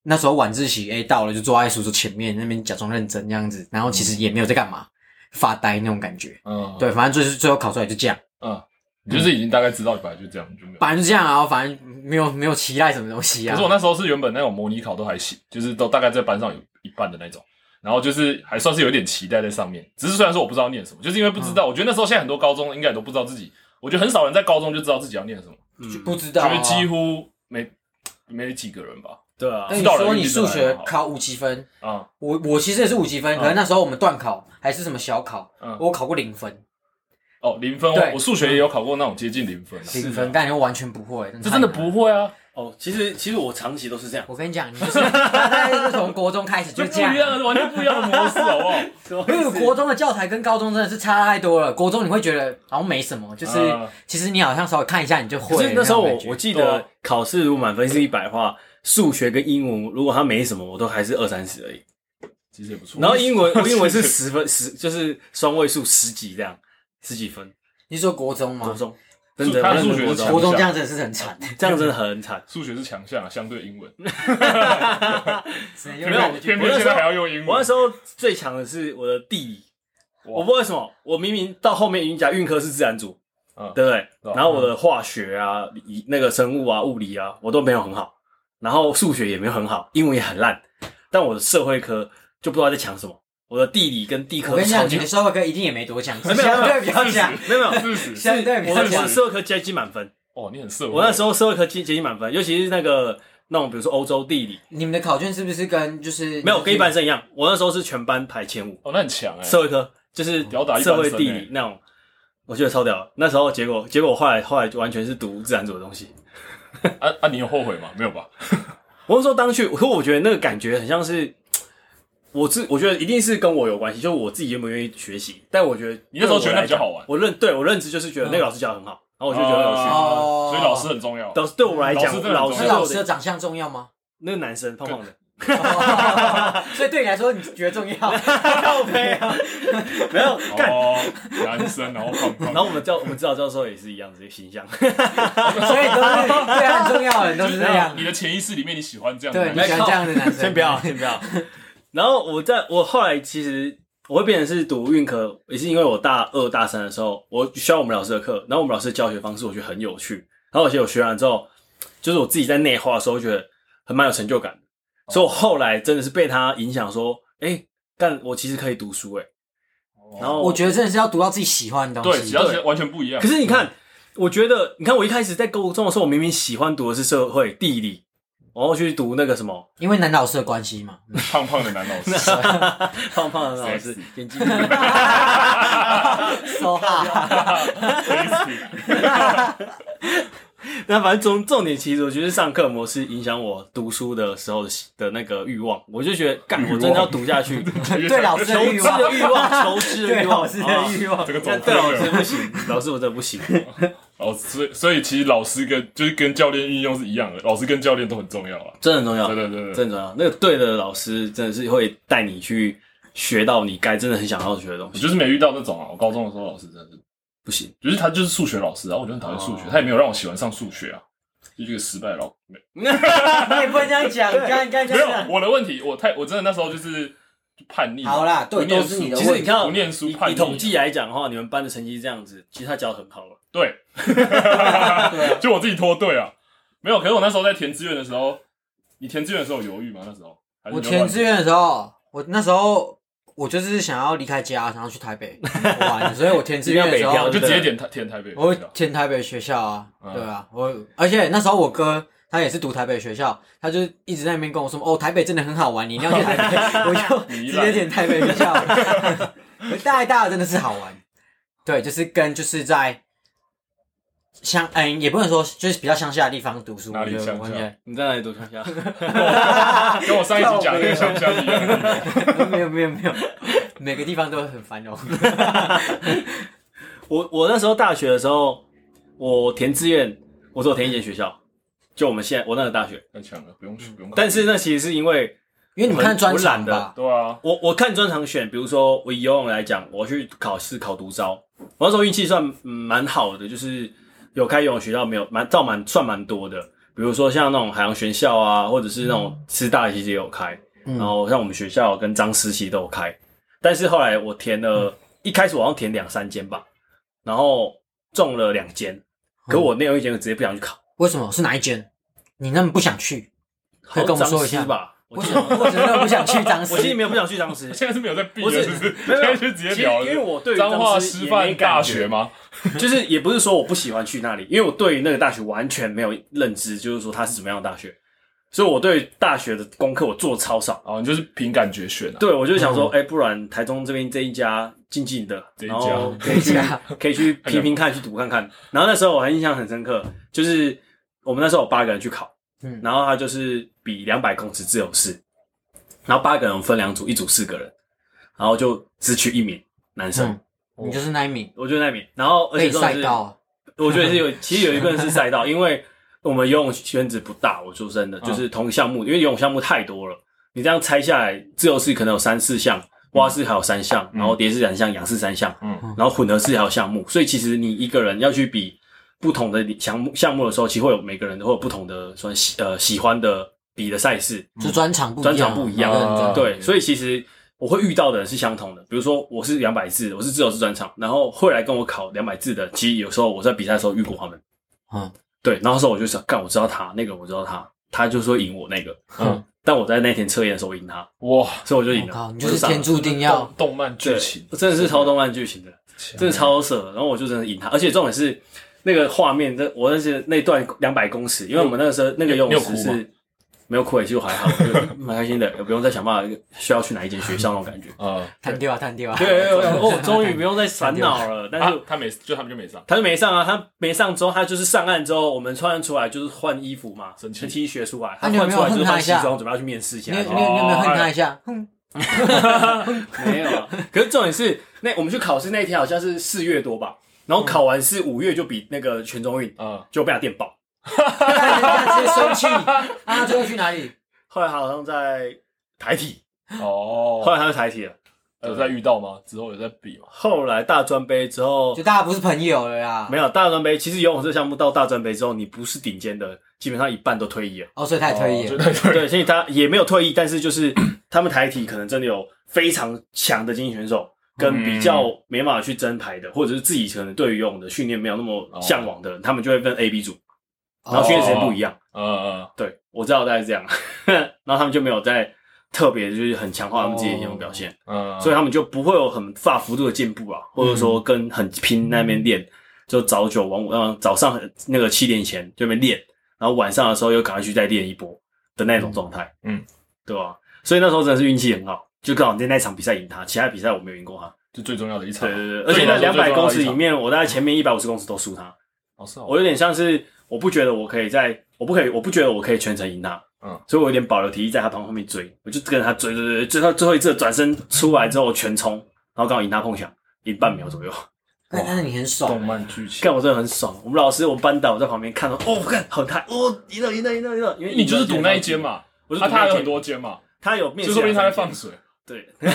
Speaker 1: 那时候晚自习，哎、到了就坐在书桌前面那边假装认真这样子，然后其实也没有在干嘛，发呆那种感觉。
Speaker 3: 嗯，
Speaker 1: 对，反正就是最后考出来就这样，
Speaker 3: 嗯，你就是已经大概知道，本来就这样，就没有。
Speaker 1: 反正就这样啊，反正没有没有期待什么东西
Speaker 3: 可
Speaker 1: 啊
Speaker 3: 是。我那时候是原本那种模拟考都还行，就是都大概在班上有一半的那种，然后就是还算是有点期待在上面。只是虽然说我不知道念什么，就是因为不知
Speaker 2: 嗯
Speaker 3: 道，我觉得那时候现在很多高中应该也都不知道自己，我觉得很少人在高中就知道自己要念什么，
Speaker 1: 就
Speaker 2: 嗯，
Speaker 1: 不知道、
Speaker 3: 觉
Speaker 1: 啊
Speaker 3: 得，几乎没没几个人吧。
Speaker 2: 对啊
Speaker 1: 那，你
Speaker 3: 知道了
Speaker 1: 哎说
Speaker 3: 运
Speaker 1: 你
Speaker 3: 气
Speaker 1: 数
Speaker 3: 真的
Speaker 1: 学
Speaker 3: 很好
Speaker 1: 考五几分，
Speaker 3: 啊、
Speaker 1: 我我其实也是五几分，可能那时候我们段考还是什么小考，
Speaker 3: 嗯
Speaker 1: 我考过零分，
Speaker 3: 哦，零分，我
Speaker 1: 对
Speaker 3: 我数学也有考过那种接近零分、啊，
Speaker 1: 零分，但你完全不会，
Speaker 3: 这真的
Speaker 1: 太难
Speaker 3: 不会啊，
Speaker 2: 哦，其实其实我长期都是这样，
Speaker 1: 我跟你讲，你就是大概是从国中开始
Speaker 3: 这
Speaker 1: 就
Speaker 3: 不 [LAUGHS]
Speaker 1: 这
Speaker 3: 一
Speaker 1: 样，
Speaker 2: 啊
Speaker 3: 样，啊完全不一样的模式，
Speaker 2: [LAUGHS]
Speaker 3: 好不好？
Speaker 1: [LAUGHS] 因为国
Speaker 2: 中
Speaker 1: 中的教材跟高中真的是差太多了。国中你会觉得好像没什么，就是、
Speaker 3: 啊
Speaker 1: 其实你好像稍微看一下你就会
Speaker 2: 可
Speaker 1: 了种感
Speaker 2: 是
Speaker 1: 觉。
Speaker 2: 那时候我我记
Speaker 3: 对啊
Speaker 2: 得考试如果满分是一百的话，数学跟英文如果它没什么，我都还是二三十而已。
Speaker 3: 其实也不错。
Speaker 2: 然后英
Speaker 3: [LAUGHS]
Speaker 2: 文我英文是十分十，就是双位数十几这样，十几分。
Speaker 1: 你说国中
Speaker 2: 国
Speaker 1: 吗？
Speaker 2: 中真的，
Speaker 3: 他啊的数学
Speaker 2: 国
Speaker 3: 是
Speaker 1: 国
Speaker 2: 中啊
Speaker 1: 中这样真的是很
Speaker 2: [LAUGHS]
Speaker 1: 惨，
Speaker 2: 这样真的很
Speaker 3: [LAUGHS]
Speaker 2: 惨。
Speaker 3: 数学是强项、啊，相对英文，
Speaker 1: 没
Speaker 3: 偏偏偏偏现在还要用英
Speaker 2: 我那
Speaker 3: 文
Speaker 2: 时。候最强的是我的地理，
Speaker 3: 哇
Speaker 2: 我不知道为什么，我明明到后面已经讲运科是自然组，
Speaker 3: 嗯
Speaker 2: 对不对？
Speaker 3: 对啊
Speaker 2: 然后我的化学啊、理那个生物啊、物理啊，我都没有很好，然后数学也没有很好，英文也很烂，但我的社会科就不知道在强什么，我的地理跟地
Speaker 1: 我
Speaker 2: 科
Speaker 1: 跟你
Speaker 2: 超
Speaker 1: 讲，你
Speaker 2: 强
Speaker 1: 的，社会科一定也没多强，相
Speaker 2: [LAUGHS] 没有
Speaker 1: 对比较
Speaker 2: [LAUGHS]
Speaker 1: 强。
Speaker 2: 没有没有。
Speaker 3: 事实
Speaker 1: 相对比
Speaker 2: 我
Speaker 1: 较
Speaker 2: 的
Speaker 1: 强
Speaker 2: 社会科接近满分，
Speaker 3: 哦，你很社会。
Speaker 2: 我那时候社会科接接近满分，尤其是那个那种比如说欧洲地理，
Speaker 1: 你们的考卷是不是跟就是
Speaker 2: 没有跟一般生一样，我那时候是全班排前五，
Speaker 3: 哦，那很强哎、
Speaker 2: 社会科就是
Speaker 3: 屌打一般
Speaker 2: 社会
Speaker 3: 生
Speaker 2: 地
Speaker 3: 欸
Speaker 2: 理那种，我觉得超屌。那时候结果结果我后来后来就完全是读自然组的东西。
Speaker 3: 啊啊，你有后悔吗？没有吧？
Speaker 2: 我是说当去，可我觉得那个感觉很像是。我自我觉得一定是跟我有关系，就我自己愿不愿意学习。但我觉得
Speaker 3: 你那时候觉得
Speaker 2: 对我来
Speaker 3: 那比较
Speaker 2: 讲
Speaker 3: 好玩嗯
Speaker 2: 我认对我认知就是觉得那个老师教的很好，然后我就觉得有趣。
Speaker 1: 哦
Speaker 3: 所以老师很重要。
Speaker 2: 老师对我来
Speaker 3: 老
Speaker 2: 讲
Speaker 3: 师真，的很
Speaker 2: 老
Speaker 3: 重
Speaker 2: 师
Speaker 1: 那
Speaker 3: 要
Speaker 2: 对
Speaker 1: 老
Speaker 2: 我
Speaker 1: 师的
Speaker 2: 的
Speaker 1: 长相重要
Speaker 2: [LAUGHS]
Speaker 1: 吗？ [LAUGHS]
Speaker 2: 那个男生胖胖的，
Speaker 3: [LAUGHS]
Speaker 1: 所以对你来说，你觉得重要？
Speaker 2: 靠背啊，没有干。
Speaker 3: 哦，男生然后胖胖，
Speaker 2: 然后我们教我们指导教授也是一样，这个形象。
Speaker 1: [LAUGHS] 所以你都是对啊，很重要的，你都是这
Speaker 2: [LAUGHS]
Speaker 1: 样
Speaker 3: 你。的潜意识里面你喜欢这样的
Speaker 1: 对，
Speaker 3: 男
Speaker 1: 你
Speaker 3: 生，
Speaker 1: 喜欢这样的男生？
Speaker 2: 先
Speaker 1: [LAUGHS]
Speaker 2: 不要，先不要。然后我在我后来其实我会变成是读运科，也是因为我大二大三的时候，我需要我们老师的课，然后我们老师的教学方式我觉得很有趣，然后而且我学完之后，就是我自己在内化的时候觉得很蛮有成就感的，所以我后来真的是被他影响，说，哎、但我其实可以读书、诶
Speaker 3: 哦
Speaker 2: 然后
Speaker 1: 我觉得真的是要读到自己喜欢的东
Speaker 3: 对，
Speaker 1: 西。
Speaker 3: 只要是完全不一样。
Speaker 2: 可是你看，我觉得，你看我一开始在高中的时候，我明明喜欢读的是社会地理，然后去读那个什么
Speaker 1: 因为男老师的关系
Speaker 2: [LAUGHS]
Speaker 1: 嘛，嗯
Speaker 3: 胖胖的男老师，
Speaker 2: 胖胖的 [LAUGHS] 老师
Speaker 3: Sexy
Speaker 2: 眼睛，
Speaker 1: [LAUGHS] 说话
Speaker 2: [LAUGHS] [LAUGHS] 那反正重重点其实我觉得上课模式影响我读书的时候的的那个欲望，我就觉得干，我真的要读下去，
Speaker 1: 对老师
Speaker 2: 求
Speaker 1: 的欲
Speaker 2: 知的欲
Speaker 1: 望，
Speaker 2: 望，求知的
Speaker 1: 对
Speaker 2: 欲望，
Speaker 1: 老师的欲望
Speaker 3: 这，个走
Speaker 2: 那
Speaker 3: 不
Speaker 2: 对老
Speaker 3: 了
Speaker 2: 师。不行，老师我真的不行。
Speaker 3: 老师，所以所以其实老师跟就是跟教练运用是一样的，老师跟教练都很重要啊。
Speaker 2: 真的很重要，
Speaker 3: 对对对对，
Speaker 2: 真的很重要。那个对的老师真的是会带你去学到你该真的很想要学的东
Speaker 3: 我
Speaker 2: 西。
Speaker 3: 就是没遇到那种啊，我高中的时候老师真的是，
Speaker 2: 不行，
Speaker 3: 就是他就是数学老师啊，我就很讨厌数学，
Speaker 2: 哦
Speaker 3: 他也没有让我喜欢上数学啊，就是一个失败的老没
Speaker 1: 啊你也不能这样讲，你刚刚这
Speaker 3: 没
Speaker 1: 样讲
Speaker 3: 有我的问题，我太我真的那时候就是叛逆，
Speaker 1: 好啦，
Speaker 3: 不
Speaker 1: 对，
Speaker 3: 念
Speaker 1: 都
Speaker 3: 书
Speaker 1: 是你的
Speaker 2: 其
Speaker 1: 问题
Speaker 2: 实你。看到
Speaker 3: 不念书
Speaker 2: 以
Speaker 3: 叛逆
Speaker 2: 以统计来讲的话，你们班的成绩这样子，其实他教的很好了。
Speaker 3: 对，
Speaker 1: 对啊
Speaker 3: [LAUGHS] 就我自己脱队啊，没有。可是我那时候在填志愿的时候，你填志愿的时候有犹豫吗？那时候还是
Speaker 1: 我
Speaker 3: 你就
Speaker 1: 填
Speaker 3: 乱
Speaker 1: 志愿的时候，我那时候我就是想要离开家，想要去台北玩，所以我填志愿的时
Speaker 2: 一定要北漂
Speaker 1: 候
Speaker 3: 我就直接填台填台北学校，
Speaker 1: 我会填台北学校啊，
Speaker 3: 嗯
Speaker 1: 对啊，我而且那时候我哥他也是读台北学校，他就一直在那边跟我说，哦，台北真的很好玩，你一定要去台
Speaker 3: [LAUGHS]
Speaker 1: 北，我就直
Speaker 3: 你依赖
Speaker 1: 接填台北学校。 [LAUGHS] 大一、大二真的是好玩，对，就是跟就是在乡，嗯，也不能说就是比较乡下的地方读书，
Speaker 3: 哪里
Speaker 1: 我觉得
Speaker 3: 乡下
Speaker 1: 完全
Speaker 2: 你在哪里读乡下？
Speaker 3: [LAUGHS] 跟我上一集讲的那个想象一样。
Speaker 1: 啊 [LAUGHS] 没有没有没有，每个地方都很繁
Speaker 3: [LAUGHS]
Speaker 1: 荣。
Speaker 2: [LAUGHS] 我我那时候大学的时候，我填志愿，我只有填一间学校，就我们现在我那个大学。
Speaker 3: 太强了，
Speaker 2: [LAUGHS]
Speaker 3: 不用去，不用考。
Speaker 2: 但是那其实是因为
Speaker 1: 因为你们看专
Speaker 2: 我懒
Speaker 1: 场
Speaker 2: 得
Speaker 1: 吧，
Speaker 3: 对啊，
Speaker 2: 我我看专场选，比如说我以游泳来讲，我去考试考独招，我那时候运气算嗯蛮好的，就是有开游泳学校没有蛮照蛮算蛮多的，比如说像那种海洋学校啊，或者是那种师大其实也有开，
Speaker 1: 嗯
Speaker 2: 然后像我们学校跟张思琪都有开，但是后来我填
Speaker 1: 嗯
Speaker 2: 了，一开始我好像填两三间吧，然后中了两间，
Speaker 1: 哦
Speaker 2: 可我那有一间我直接不想去考，
Speaker 1: 为什么是哪一间？你那么不想去？可
Speaker 2: 好
Speaker 1: 以
Speaker 2: 像
Speaker 1: 跟我
Speaker 2: 张
Speaker 1: 说一
Speaker 2: 思
Speaker 1: 下
Speaker 2: 吧，我
Speaker 1: 为
Speaker 2: 记
Speaker 1: 什
Speaker 2: 得
Speaker 1: 么为什么那么不想去张
Speaker 2: [LAUGHS] 我记得
Speaker 1: 师？
Speaker 2: 没有不想去
Speaker 1: [LAUGHS]
Speaker 2: 张思，
Speaker 3: 现在是没有在避
Speaker 2: 不
Speaker 3: 了，
Speaker 2: 是
Speaker 3: 是不是？
Speaker 2: 没
Speaker 3: [LAUGHS]
Speaker 2: 有
Speaker 3: 现在就直接聊了，
Speaker 2: 其实因为我对于
Speaker 3: 彰化
Speaker 2: 彰师
Speaker 3: 师
Speaker 2: 也没
Speaker 3: 范
Speaker 2: 感觉
Speaker 3: 大学吗？
Speaker 2: [LAUGHS] 就是也不是说我不喜欢去那里，因为我对于那个大学完全没有认知，就是说它是怎么样的大学，所以我对大学的功课我做超少。
Speaker 3: 哦，你就是凭感觉选啊。
Speaker 2: 对，我就想说，哎、不然台中这边这一家静静的，
Speaker 3: 这一
Speaker 2: 然后
Speaker 3: 家
Speaker 2: 可以
Speaker 1: [LAUGHS] 这
Speaker 2: 去
Speaker 1: 一家
Speaker 2: 可以去拼拼看，去赌看看。然后那时候我还印象很深刻，就是我们那时候有八个人去考，
Speaker 1: 嗯
Speaker 2: 然后他就是比两百公尺自由式，然后八个人分两组，一组四个人，然后就只取一名男生，
Speaker 1: 嗯你就是那一名
Speaker 2: 我就那名，然后而且
Speaker 1: 被
Speaker 2: 重点
Speaker 1: 赛
Speaker 2: 是
Speaker 1: 到啊，
Speaker 2: 我觉得是有， [LAUGHS] 其实有一部分是
Speaker 1: [LAUGHS]
Speaker 2: 赛道，因为我们游泳圈子不大，我说
Speaker 1: 嗯
Speaker 2: 真的，就是同项目，因为游泳项目太多了，你这样拆下来，自由式可能有三四项，蛙式还有三项，
Speaker 1: 嗯
Speaker 2: 然后蝶式两项，仰式三项，
Speaker 3: 嗯
Speaker 2: 嗯，然后混合式还有项目，所以其实你一个人要去比不同的项目项目的时候，其实会有每个人都会有不同的算喜呃喜欢的比的赛事，
Speaker 1: 就专场不一样，
Speaker 2: 专场不一
Speaker 3: 样
Speaker 1: 每个人专
Speaker 3: 啊
Speaker 2: 对，所以其实我会遇到的人是相同的。比如说我是两百字，我是自由式专场，然后会来跟我考两百字的，其实有时候我在比赛的时候遇过他们。
Speaker 1: 嗯，
Speaker 2: 对，然后那时候我就想，干，我知道他那个，我知道他，他就说赢我那个，
Speaker 3: 嗯，
Speaker 2: 但我在那天测验的时候赢他，
Speaker 3: 哇，
Speaker 2: 所以我就赢
Speaker 1: 我哦
Speaker 2: 了。
Speaker 1: 靠，你
Speaker 2: 我
Speaker 1: 就是
Speaker 2: 上了
Speaker 1: 天注定要
Speaker 3: 动动漫剧情
Speaker 2: 对，真的是超动漫剧情的，真的超扯。然后我就真的赢他，而且重点是那个画面，那我那是那段两百公尺，因为我们那个时候那个游泳池
Speaker 3: 你有哭
Speaker 2: 是没有哭，也就还好，我就蛮开心的，也不用再想办法需要去哪一间学校那种感觉。
Speaker 3: 啊
Speaker 1: 弹掉啊，弹掉啊。
Speaker 2: [LAUGHS] 对，对对 [LAUGHS]
Speaker 1: [LAUGHS]
Speaker 2: 哦，终于不用再烦恼 [LAUGHS] 了。但
Speaker 3: 啊
Speaker 2: 是，
Speaker 3: 他没就他们就没上，
Speaker 2: 他就没上啊，他没上之后，他就是上岸之后，我们穿出来就是换衣服嘛，
Speaker 3: 生气
Speaker 2: 穿 T 恤出来，
Speaker 1: 啊
Speaker 2: 他
Speaker 1: 你有
Speaker 2: 换
Speaker 1: 没有
Speaker 2: 出来就是
Speaker 1: 恨他
Speaker 2: 换
Speaker 1: 一
Speaker 2: 西
Speaker 1: 下
Speaker 2: 装，准备要去面试
Speaker 1: 你
Speaker 2: 现
Speaker 1: 有你有
Speaker 2: 在。
Speaker 1: 你有没有恨他一下？哼，
Speaker 2: [LAUGHS] 没有啊，可是重点是那我们去考试那天好像是四月多吧，然后考完是五月就比那个全中运
Speaker 3: 啊，
Speaker 2: 就被他电爆，
Speaker 1: 看人家直接
Speaker 2: [LAUGHS]
Speaker 1: 生气。啊，他最后去哪里？
Speaker 2: 后来好像在台体，后
Speaker 3: [LAUGHS] 哦，
Speaker 2: 来他就台体了，
Speaker 3: 有在遇到吗？之后有在比吗？
Speaker 2: 后来大专杯之后
Speaker 1: 就大家不是朋友了啦。
Speaker 2: 没有大专杯，其实游泳这项目到大专杯之后，你不是顶尖的，基本上一半都退役了。
Speaker 1: 哦，所以他也退役
Speaker 3: 哦
Speaker 1: 了。
Speaker 3: 对对对，
Speaker 2: 对，所以他也没有退役，但是就是
Speaker 3: [LAUGHS]
Speaker 2: 他们台体可能真的有非常强的精英选手，跟比较没办法去争牌的，或者是自己可能对于游泳的训练没有那么向往
Speaker 3: 嗯
Speaker 2: 的人，他们就会分 A、B 组，然后训
Speaker 1: 哦
Speaker 2: 练时间不一样。
Speaker 3: 呃，
Speaker 2: 对，我知道大概是这样， [LAUGHS] 然后他们就没有在特别就是很强化他们自己的游泳表现，
Speaker 3: 嗯，
Speaker 2: 所以他们就不会有很大幅度的进步啊，或者说跟很拼那边练，就呃早九晚五，嗯，早上那个七点前就那边练，然后晚上的时候又赶快去再练一波。的那种状态，
Speaker 3: 嗯，
Speaker 2: 对吧、所以那时候真的是运气很好，就刚好在那场比赛赢他，其他比赛我没有赢过他。
Speaker 3: 就最重要的一场
Speaker 2: 对
Speaker 3: 啊。
Speaker 2: 对对，而且那两百公尺里
Speaker 3: 对，
Speaker 2: 面，我大概前面一百五十公尺都输他，
Speaker 3: 哦是哦，
Speaker 2: 我有点像是我不觉得我可以在，我不可以，我不觉得我可以全程赢他，
Speaker 3: 嗯，
Speaker 2: 所以我有点保留体力在他旁后面追，我就跟着他追追追追，追到最后一次转身出来之后，我全冲，然后刚好赢他碰巧，赢半秒左右， [LAUGHS]
Speaker 1: 那那你很爽
Speaker 3: 动，漫剧情，
Speaker 2: 看我真的很爽。我们老师，我们班导我在旁边看到，哦，看好嗨，哦，赢了赢了赢了赢了，因为
Speaker 3: 你就是赌那一间，嘛，
Speaker 2: 我就
Speaker 3: 啊
Speaker 2: 赌那
Speaker 3: 他
Speaker 2: 一
Speaker 3: 有
Speaker 2: 间
Speaker 3: 很，多间嘛，
Speaker 2: 他有面
Speaker 3: 就
Speaker 2: 试
Speaker 3: 说不定他在
Speaker 2: 两三
Speaker 3: 放
Speaker 2: 间
Speaker 3: 水。
Speaker 2: 对，
Speaker 3: [LAUGHS]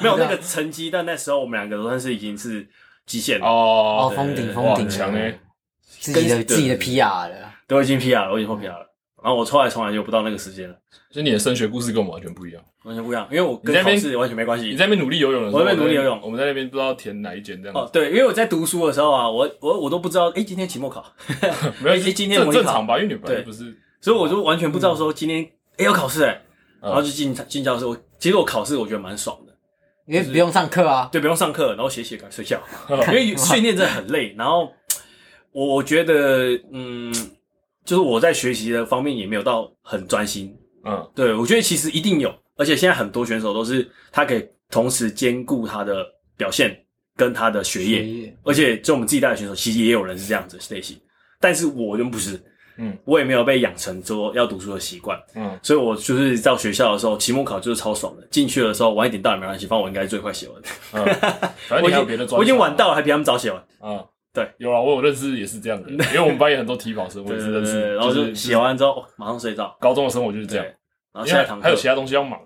Speaker 2: 没有那个成绩，但那时候我们两个都算是已经是极限了，
Speaker 3: 哦
Speaker 1: 哦，封顶
Speaker 3: 哇，
Speaker 1: 封顶，
Speaker 3: 很强哎，
Speaker 1: 自己的
Speaker 2: 欸跟
Speaker 1: 自己的 PR 了，
Speaker 2: 都已经 PR 了，我已经破 PR 了。然后我后来从来就不到那个时间了，
Speaker 3: 所以你的升学故事跟我们完全不一样。
Speaker 2: 完全不一样，因为我
Speaker 3: 你
Speaker 2: 跟
Speaker 3: 在那
Speaker 2: 考
Speaker 3: 边
Speaker 2: 试完全没关系
Speaker 3: 你。在那边努力游泳的时候，
Speaker 2: 我在那边努力游泳
Speaker 3: 我们在那边不知道填哪一间这样
Speaker 2: 哦
Speaker 3: 子，，
Speaker 2: 对，因为我在读书的时候啊，我我我都不知道，哎，今天期末考， [LAUGHS]
Speaker 3: 没有
Speaker 2: 哎今天
Speaker 3: 正
Speaker 2: 模拟
Speaker 3: 正
Speaker 2: 考
Speaker 3: 常吧？因为你本来
Speaker 2: 对
Speaker 3: 不是，
Speaker 2: 所以我就完全不知道说今天哎要考试哎，
Speaker 3: 嗯
Speaker 2: 然后就进进教室。我其实我考试我觉得蛮爽的，
Speaker 1: 因为不用上课啊，
Speaker 2: 对，不用上课，然后写写赶快睡觉，
Speaker 3: [LAUGHS]
Speaker 2: 因为训练真的很累。然后我我觉得嗯，就是我在学习的方面也没有到很专心，
Speaker 3: 嗯，
Speaker 2: 对，我觉得其实一定有，而且现在很多选手都是他可以同时兼顾他的表现跟他的学业，
Speaker 1: 业
Speaker 2: 而且就我们自己带的选手，其实也有人是这样子类型，但是我就不是，
Speaker 3: 嗯，
Speaker 2: 我也没有被养成说要读书的习惯，
Speaker 3: 嗯，
Speaker 2: 所以我就是到学校的时候，期末考就是超爽的，进去的时候晚一点到也没关系，反正我应该最快写完，
Speaker 3: 嗯，
Speaker 2: [LAUGHS]
Speaker 3: 反
Speaker 2: 我
Speaker 3: 正你
Speaker 2: 已
Speaker 3: 还有别的
Speaker 2: 经
Speaker 3: 专，啊
Speaker 2: 我已经晚，到了，还比他们早写完，
Speaker 3: 嗯，
Speaker 2: 对，
Speaker 3: 有啊，我有认识也是这样的人，因为我们班也很多体保生，我
Speaker 2: 对
Speaker 3: 也
Speaker 2: 对
Speaker 3: 是
Speaker 2: 对对
Speaker 3: 认
Speaker 2: 对，
Speaker 3: 识，
Speaker 2: 然后
Speaker 3: 就
Speaker 2: 就是写完之后、哦马上睡觉，
Speaker 3: 高中的生活就是这
Speaker 2: 对，
Speaker 3: 样，
Speaker 2: 然后
Speaker 3: 因
Speaker 2: 下
Speaker 3: 为
Speaker 2: 一堂课
Speaker 3: 还有其他东西要忙，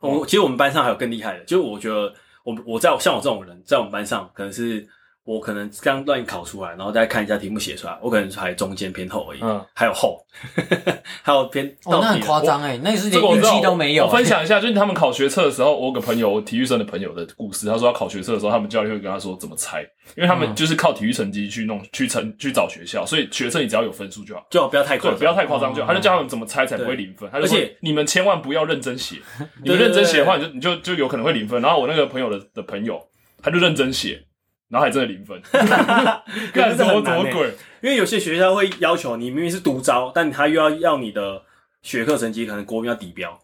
Speaker 2: 我
Speaker 3: 哦
Speaker 2: 其实我们班上还有更厉害的，就是我觉得我我在像我这种人，在我们班上可能是我可能刚乱考出来，然后再看一下题目写出来，我可能还中间偏后而已，
Speaker 3: 嗯
Speaker 2: 还有后， [LAUGHS] 还有偏
Speaker 1: 哦
Speaker 2: 到，
Speaker 1: 那
Speaker 2: 底啊
Speaker 1: 很
Speaker 2: 的
Speaker 1: 夸。张哎，那是
Speaker 3: 这
Speaker 1: 连
Speaker 3: 个我
Speaker 1: 运
Speaker 3: 知道
Speaker 1: 气都没有欸
Speaker 3: 我。分享一下，就是他们考学测的时候， [LAUGHS] 我有个朋友，我体育生的朋友的故事。他说他考学测的时候，他们教练会跟他说怎么猜，因为他
Speaker 2: 嗯
Speaker 3: 们就是靠体育成绩去弄、去成去找学校，所以学测你只要有分数就好。
Speaker 2: 最好不要太夸张，
Speaker 3: 对，不要太夸张就好。
Speaker 1: 哦
Speaker 3: 他就教他们怎么猜才不会零分。他就说
Speaker 2: 而且
Speaker 3: 你们千万不要认真写，你
Speaker 2: [LAUGHS]
Speaker 3: 们
Speaker 2: 对对
Speaker 3: 认真写的话，你就你就就有可能会零分。然后我那个朋友的的朋友，他就认真写，然后还真的
Speaker 2: [LAUGHS]
Speaker 3: 零分，干
Speaker 2: 真的
Speaker 3: 什么
Speaker 2: 很
Speaker 3: 怎
Speaker 2: 难
Speaker 3: 么
Speaker 2: 欸
Speaker 3: 鬼？
Speaker 2: 因为有些学校会要求你明明是独招，但他又要要你的学科成绩，可能国民要底标。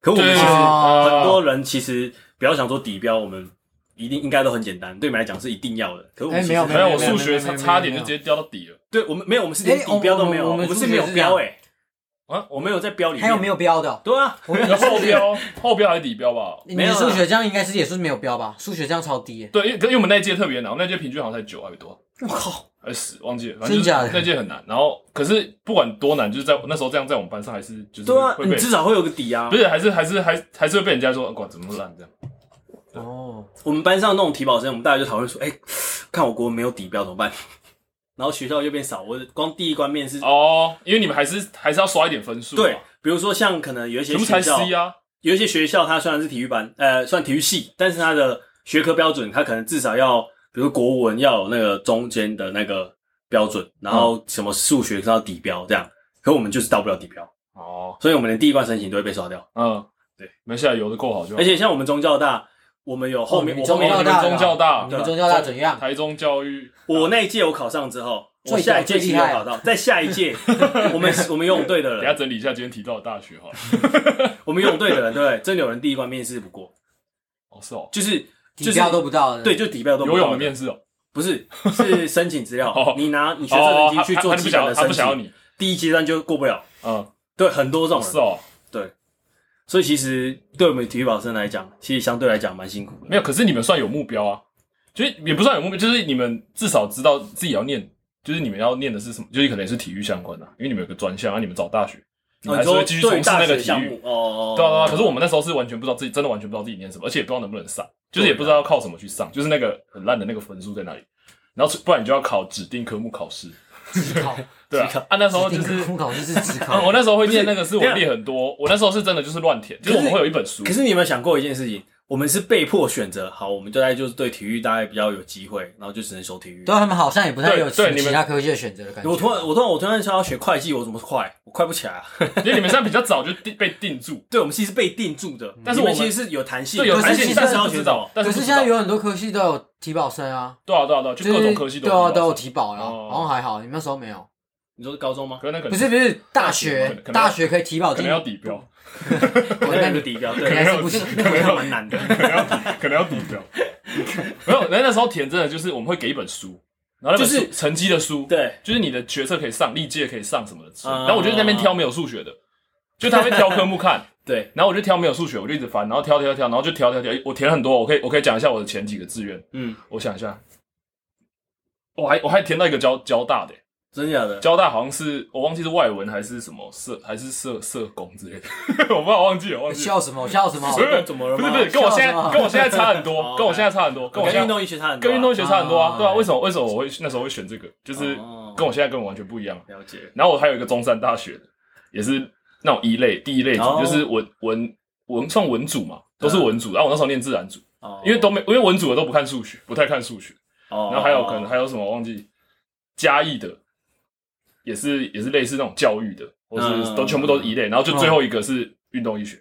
Speaker 2: 可我们
Speaker 3: 对
Speaker 2: 其实
Speaker 1: 啊
Speaker 2: 很多人其实不要想说底标，我们一定应该都很简单，对你们来讲是一定要的。可我们
Speaker 1: 哎
Speaker 2: 其实
Speaker 1: 没有
Speaker 3: 没有，我
Speaker 1: 没有
Speaker 3: 数学
Speaker 1: 没有没有没有
Speaker 3: 差差点就直接掉到底了
Speaker 2: 对我们没有，我们是连底标都没有，
Speaker 1: 哎我
Speaker 2: 我
Speaker 1: 们我们
Speaker 2: 是没有标哎、
Speaker 3: 啊！
Speaker 2: 我没有在标里面。
Speaker 1: 还有没有？标的？
Speaker 2: 对啊，
Speaker 1: 我们
Speaker 3: 然后后标后标还是底标吧？
Speaker 1: 你
Speaker 2: 没有
Speaker 1: 的
Speaker 2: 啊
Speaker 1: 数学这样应该是也是没有标吧？数学这样超低欸耶，
Speaker 3: 对，因为可因为我们那一届特别难，我们那届平均好像才九还是多少，
Speaker 1: 我靠，
Speaker 3: 还是十忘记了，反正
Speaker 1: 真
Speaker 3: 就是
Speaker 1: 假的
Speaker 3: 那届很难。然后可是不管多难，就是在那时候这样，在我们班上还是就是
Speaker 2: [LAUGHS] 对啊，
Speaker 3: 会
Speaker 2: 你
Speaker 3: 被
Speaker 2: 至少会有个底啊
Speaker 3: 不。是还是还是还还是会被人家说，管怎么那么烂这样。
Speaker 1: 哦，
Speaker 2: 我们班上那种体保生，我们大家就讨论说，哎、看我国文没有底标怎么办？ [LAUGHS] 然后学校就变少，我光第一关面试，
Speaker 3: 哦，因为你们还是还是要刷一点分数嘛，啊
Speaker 2: 对，比如说像可能有一些
Speaker 3: 全部才
Speaker 2: 学
Speaker 3: C
Speaker 2: 校，
Speaker 3: 啊，
Speaker 2: 有一些学校它虽然是体育班，呃，算体育系，但是它的学科标准，它可能至少要，比如国文要有那个中间的那个标准，
Speaker 1: 嗯
Speaker 2: 然后什么数学是要底标这样，可我们就是到不了底标，
Speaker 3: 哦，
Speaker 2: 所以我们连第一关申请都会被刷掉。
Speaker 3: 嗯，
Speaker 2: 对，
Speaker 3: 没事啊，游的够好就好。
Speaker 2: 而且像我们中教大，我们有后面、
Speaker 1: 哦你
Speaker 2: 我后
Speaker 1: 中
Speaker 2: 面
Speaker 1: 教大
Speaker 3: 你们中教大啊
Speaker 1: 你们中教大怎样？
Speaker 3: 台中教育，
Speaker 2: 我那一届我考上之后，
Speaker 1: 最
Speaker 2: 我下一届其实有
Speaker 1: 最厉害
Speaker 2: 考到，在下一
Speaker 3: [LAUGHS]
Speaker 2: 届我们我们游泳队的
Speaker 3: 等一下
Speaker 2: 人，
Speaker 3: 整理一下今天提到的大学好了。
Speaker 2: 我们游泳队的人对不对？真的有人第一关面试不过，
Speaker 3: 哦，是哦，
Speaker 2: 就是
Speaker 1: 底
Speaker 2: 就是
Speaker 1: 标都不到的。
Speaker 2: 对，，就底标都不
Speaker 3: 嗯游
Speaker 2: 到
Speaker 3: 泳的面试哦，
Speaker 2: 不是是申请资料
Speaker 3: [LAUGHS] 哦，
Speaker 2: 你拿你学测成，
Speaker 3: 哦
Speaker 2: 绩
Speaker 3: 他
Speaker 2: 去
Speaker 3: 他
Speaker 2: 做
Speaker 3: 他不
Speaker 2: 基
Speaker 3: 想
Speaker 2: 本
Speaker 3: 要，
Speaker 2: 的
Speaker 3: 他
Speaker 2: 申
Speaker 3: 不想要
Speaker 2: 请，
Speaker 3: 你，
Speaker 2: 第一阶段就过不了。
Speaker 3: 嗯，
Speaker 2: 对，很多这种
Speaker 3: 是
Speaker 2: 人，
Speaker 3: 哦，
Speaker 2: 所以其实对我们体育保生来讲，其实相对来讲蛮辛苦的。
Speaker 3: 没有，可是你们算有目标啊，就是也不算有目标，就是你们至少知道自己要念，就是你们要念的是什么，就是可能也是体育相关的、啊因为你们有个专项，然后你们找大学，你们
Speaker 2: 哦，
Speaker 3: 还
Speaker 2: 你
Speaker 3: 是会
Speaker 2: 说
Speaker 3: 继续从
Speaker 2: 对
Speaker 3: 事
Speaker 2: 大
Speaker 3: 那个
Speaker 2: 学
Speaker 3: 体
Speaker 2: 项
Speaker 3: 育
Speaker 2: 目。哦，
Speaker 3: 对啊对啊，可是我们那时候是完全不知道自己，真的完全不知道自己念什么，而且也不知道能不能上，就是也不知道靠什么去上，就是那个很烂的那个分数在哪里，然后不然你就要考指定科目考试，
Speaker 1: 只 [LAUGHS] 考，
Speaker 2: [LAUGHS]
Speaker 3: 对啊，啊那时候就
Speaker 1: 指
Speaker 3: 是
Speaker 1: 定。空考就是只 [LAUGHS]
Speaker 3: 啊
Speaker 1: 考
Speaker 3: 我。那时候会念那个，是
Speaker 2: 不是
Speaker 3: 我列很多。我那时候是真的就是乱填，就是我们会有一本书
Speaker 2: 可，是你有没有想过一件事情？我们是被迫选择，好，我们就在就是对体育大概比较有机会，然后就只能修体育。
Speaker 1: 对啊，他们好像也不太有
Speaker 3: 对对
Speaker 1: 其
Speaker 3: 你们
Speaker 1: 其他科技的选择的感觉。
Speaker 2: 我突然，我突然，我突然想要学会计，我怎么快？我快不起来啊！
Speaker 3: [LAUGHS] 因为你们现在比较早就定被定住，
Speaker 2: 对，我们其实是被定住的，
Speaker 3: 但是
Speaker 2: 你
Speaker 3: 我们
Speaker 2: 们其实嗯是有弹性，
Speaker 3: 对，有
Speaker 1: 可
Speaker 3: 弹
Speaker 1: 是
Speaker 3: 性
Speaker 1: 其，实
Speaker 3: 但是
Speaker 2: 要
Speaker 3: 不
Speaker 2: 选
Speaker 3: 知
Speaker 2: 什么
Speaker 3: 道，但是
Speaker 1: 可
Speaker 3: 不
Speaker 1: 是
Speaker 3: 知
Speaker 1: 现在
Speaker 3: 道
Speaker 1: 有很多科系都有体保生啊，
Speaker 3: 对啊对啊对啊，就
Speaker 1: 就是
Speaker 3: 各种科系都
Speaker 1: 对啊
Speaker 3: 有
Speaker 1: 都有
Speaker 3: 提
Speaker 1: 体保啦，
Speaker 3: 哦
Speaker 1: 好像还好，你们那时候没有。
Speaker 2: 你说是高中吗？
Speaker 3: 可能那可能
Speaker 1: 不是不是，大
Speaker 3: 可
Speaker 1: 学
Speaker 3: 能可能
Speaker 1: 大学可以提保
Speaker 3: 可
Speaker 1: 金
Speaker 3: 能，要底标，
Speaker 2: 我那个底标，
Speaker 1: 应该
Speaker 2: 对，
Speaker 1: 是不行。
Speaker 2: [LAUGHS] 那好像蛮难的。 [LAUGHS]
Speaker 3: 可能要底，可能要底标。 [LAUGHS] 没有，那那时候填真的就是我们会给一本书，然后那本
Speaker 2: 就是
Speaker 3: 书成绩的书，
Speaker 2: 对，
Speaker 3: 就是你的学测可以上，历届可以上什么的书。
Speaker 1: 啊
Speaker 2: 嗯
Speaker 3: 然后我就在那边挑没有数学的，就他会挑科目看，
Speaker 2: 对，
Speaker 3: 然后我就挑没有数学，我就一直翻，然后挑挑挑，然后就挑挑挑，我填很多，我可以我可以讲一下我的前几个志愿，
Speaker 2: 嗯，
Speaker 3: 我想一下，我还我还填到一个交交大的、
Speaker 2: 真假的？
Speaker 3: 交大好像是我忘记是外文还是什么社还是社社工之类的， [LAUGHS] 我不知道忘记了忘记了。
Speaker 1: [LAUGHS] 笑什么？我笑什么？
Speaker 3: 不是
Speaker 2: 怎么了
Speaker 3: 不
Speaker 2: 吗
Speaker 3: 是不是，跟我现在
Speaker 1: 笑什么
Speaker 3: 跟我现在差很
Speaker 2: 哦
Speaker 3: 多，
Speaker 2: ，OK
Speaker 3: 跟我现在差很多，跟我
Speaker 2: 跟
Speaker 3: 现
Speaker 2: 运
Speaker 3: 在
Speaker 2: 动医学差很多啊，
Speaker 3: 跟运动学差很多
Speaker 1: 啊
Speaker 3: 啊，对啊，为什么为什么我会那时候会选这个？就是
Speaker 2: 哦
Speaker 3: 跟我现在跟我完全不一样。
Speaker 2: 了解，
Speaker 3: 然后我还有一个中山大学的，也是那种一类第一类组，
Speaker 2: 哦嗯
Speaker 3: 就是文文文算文组嘛，都是文组。然后我那时候念自然组，
Speaker 2: 哦
Speaker 3: 因为都没因为文组的都不看数学，不太看数学。
Speaker 2: 哦
Speaker 3: 然后还有可能还有什么忘记嘉义的，也是也是类似那种教育的，或是
Speaker 2: 嗯
Speaker 3: 都全部都是一类。然后就最后一个是运动医学。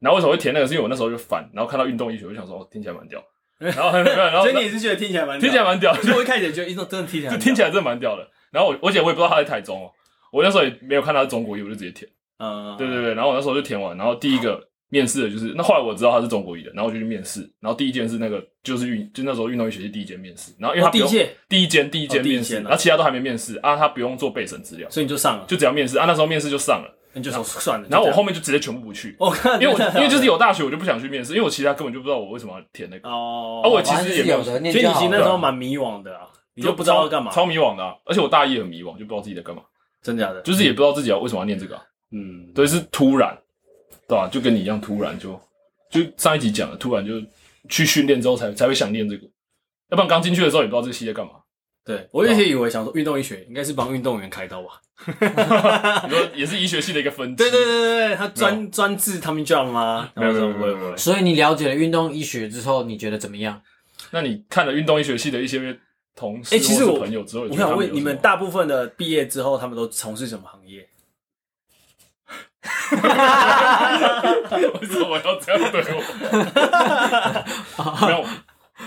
Speaker 3: 然后为什么会填那个？是因为我那时候就烦，然后看到运动医学，我就想说哦听起来
Speaker 2: [LAUGHS]
Speaker 3: 蛮屌。然后 [LAUGHS] 然后
Speaker 2: 所以你也是觉得听起来蛮
Speaker 3: 听起来
Speaker 2: [LAUGHS]
Speaker 3: 蛮屌， [LAUGHS]
Speaker 2: 所以我一开始觉得运动真的听起来
Speaker 3: 这
Speaker 2: 很
Speaker 3: 听起
Speaker 2: 屌
Speaker 3: 来真的蛮屌的。然后我，而且我也不知道他在台中哦，我那时候也没有看他是中国一，我就直接填。
Speaker 2: 嗯，
Speaker 3: 对对对，然后我那时候就填完，然后第一个面试的就是，那后来我知道他是中国一的，然后我就去面试，然后第一件是那个就是运，就那时候运动医学系第一间面试，然后因为他
Speaker 2: 哦第一
Speaker 3: 不用
Speaker 2: 届
Speaker 3: 第一间第一
Speaker 2: 哦
Speaker 3: 间
Speaker 2: 第一
Speaker 3: 面试，
Speaker 2: 间啊
Speaker 3: 然后其他都还没面试啊，他不用做备审资料，
Speaker 2: 所以你就上了，
Speaker 3: 就只要面试啊，那时候面试就上了，
Speaker 2: 你就说算了。
Speaker 3: 然后我
Speaker 2: 就
Speaker 3: 后面就直接全部不去，
Speaker 2: 这样，我看， [LAUGHS]
Speaker 3: 因为我因为就是有大学我就不想去面试，因为我其他根本就不知道我为什么要填那个，
Speaker 2: 哦，
Speaker 3: 啊我其
Speaker 1: 反
Speaker 3: 实
Speaker 1: 正
Speaker 3: 也
Speaker 1: 是
Speaker 3: 没有
Speaker 1: 有的
Speaker 2: 所
Speaker 1: 念
Speaker 2: 以
Speaker 1: 就
Speaker 2: 你其
Speaker 1: 好
Speaker 2: 实那时
Speaker 1: 了。
Speaker 2: 候蛮迷惘的啊，你就不知道要干嘛，
Speaker 3: 超迷惘的啊、而且我大一也很迷惘，就不知道自己在干嘛，
Speaker 2: 真假的，
Speaker 3: 就是也不知道自己要为什么要念这个啊、
Speaker 2: 嗯，
Speaker 3: 对，是突然，对吧、就跟你一样，突然就就上一集讲的，突然就去训练之后才才会想念这个，要不然刚进去的时候也不知道这个系在干
Speaker 2: [LAUGHS]
Speaker 3: 嘛。
Speaker 2: 对我一直以为想说运动医学应该是帮运动员开刀吧，
Speaker 3: 你说也是医学系的一个分支，
Speaker 2: 对对对对对，他专专治他们 j o [LAUGHS] 吗？
Speaker 3: 没有没
Speaker 2: 然
Speaker 3: 有
Speaker 2: 后
Speaker 3: 没
Speaker 2: 我
Speaker 3: 有
Speaker 2: 说
Speaker 3: 没有。
Speaker 1: 所以你了解了运动医学之后，你觉得怎么样？
Speaker 3: 那你看了运动医学系的一些同事
Speaker 2: 哎其实
Speaker 3: 或是
Speaker 2: 我
Speaker 3: 朋友之后，
Speaker 2: 我
Speaker 3: 你
Speaker 2: 我
Speaker 3: 觉
Speaker 2: 想
Speaker 3: 得他有
Speaker 2: 问
Speaker 3: 什么
Speaker 2: 你们，大部分的毕业之后，他们都从事什么行业？[LAUGHS]
Speaker 3: [LAUGHS] 为什么要这样对我？没有，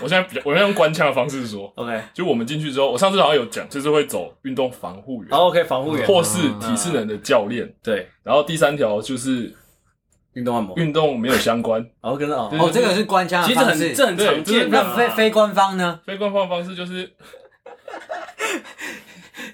Speaker 3: 我现在比较，我现在用官腔的方式说，
Speaker 2: OK，
Speaker 3: 就我们进去之后，我上次好像有讲，就是会走运动防护员，
Speaker 2: 然后哦 OK 防护员，
Speaker 3: 或是体适能的教练，
Speaker 2: 对
Speaker 3: 然后第三条就是
Speaker 2: 运动按摩，
Speaker 3: 运动没有相关。
Speaker 2: 然后跟哦，
Speaker 3: 对
Speaker 1: 哦，这个是官腔
Speaker 2: 其
Speaker 1: 的
Speaker 2: 实
Speaker 1: 方
Speaker 2: 很
Speaker 1: 式。
Speaker 2: 这很常见的啊，
Speaker 1: 那非非官方呢？
Speaker 3: 非官方的方式就是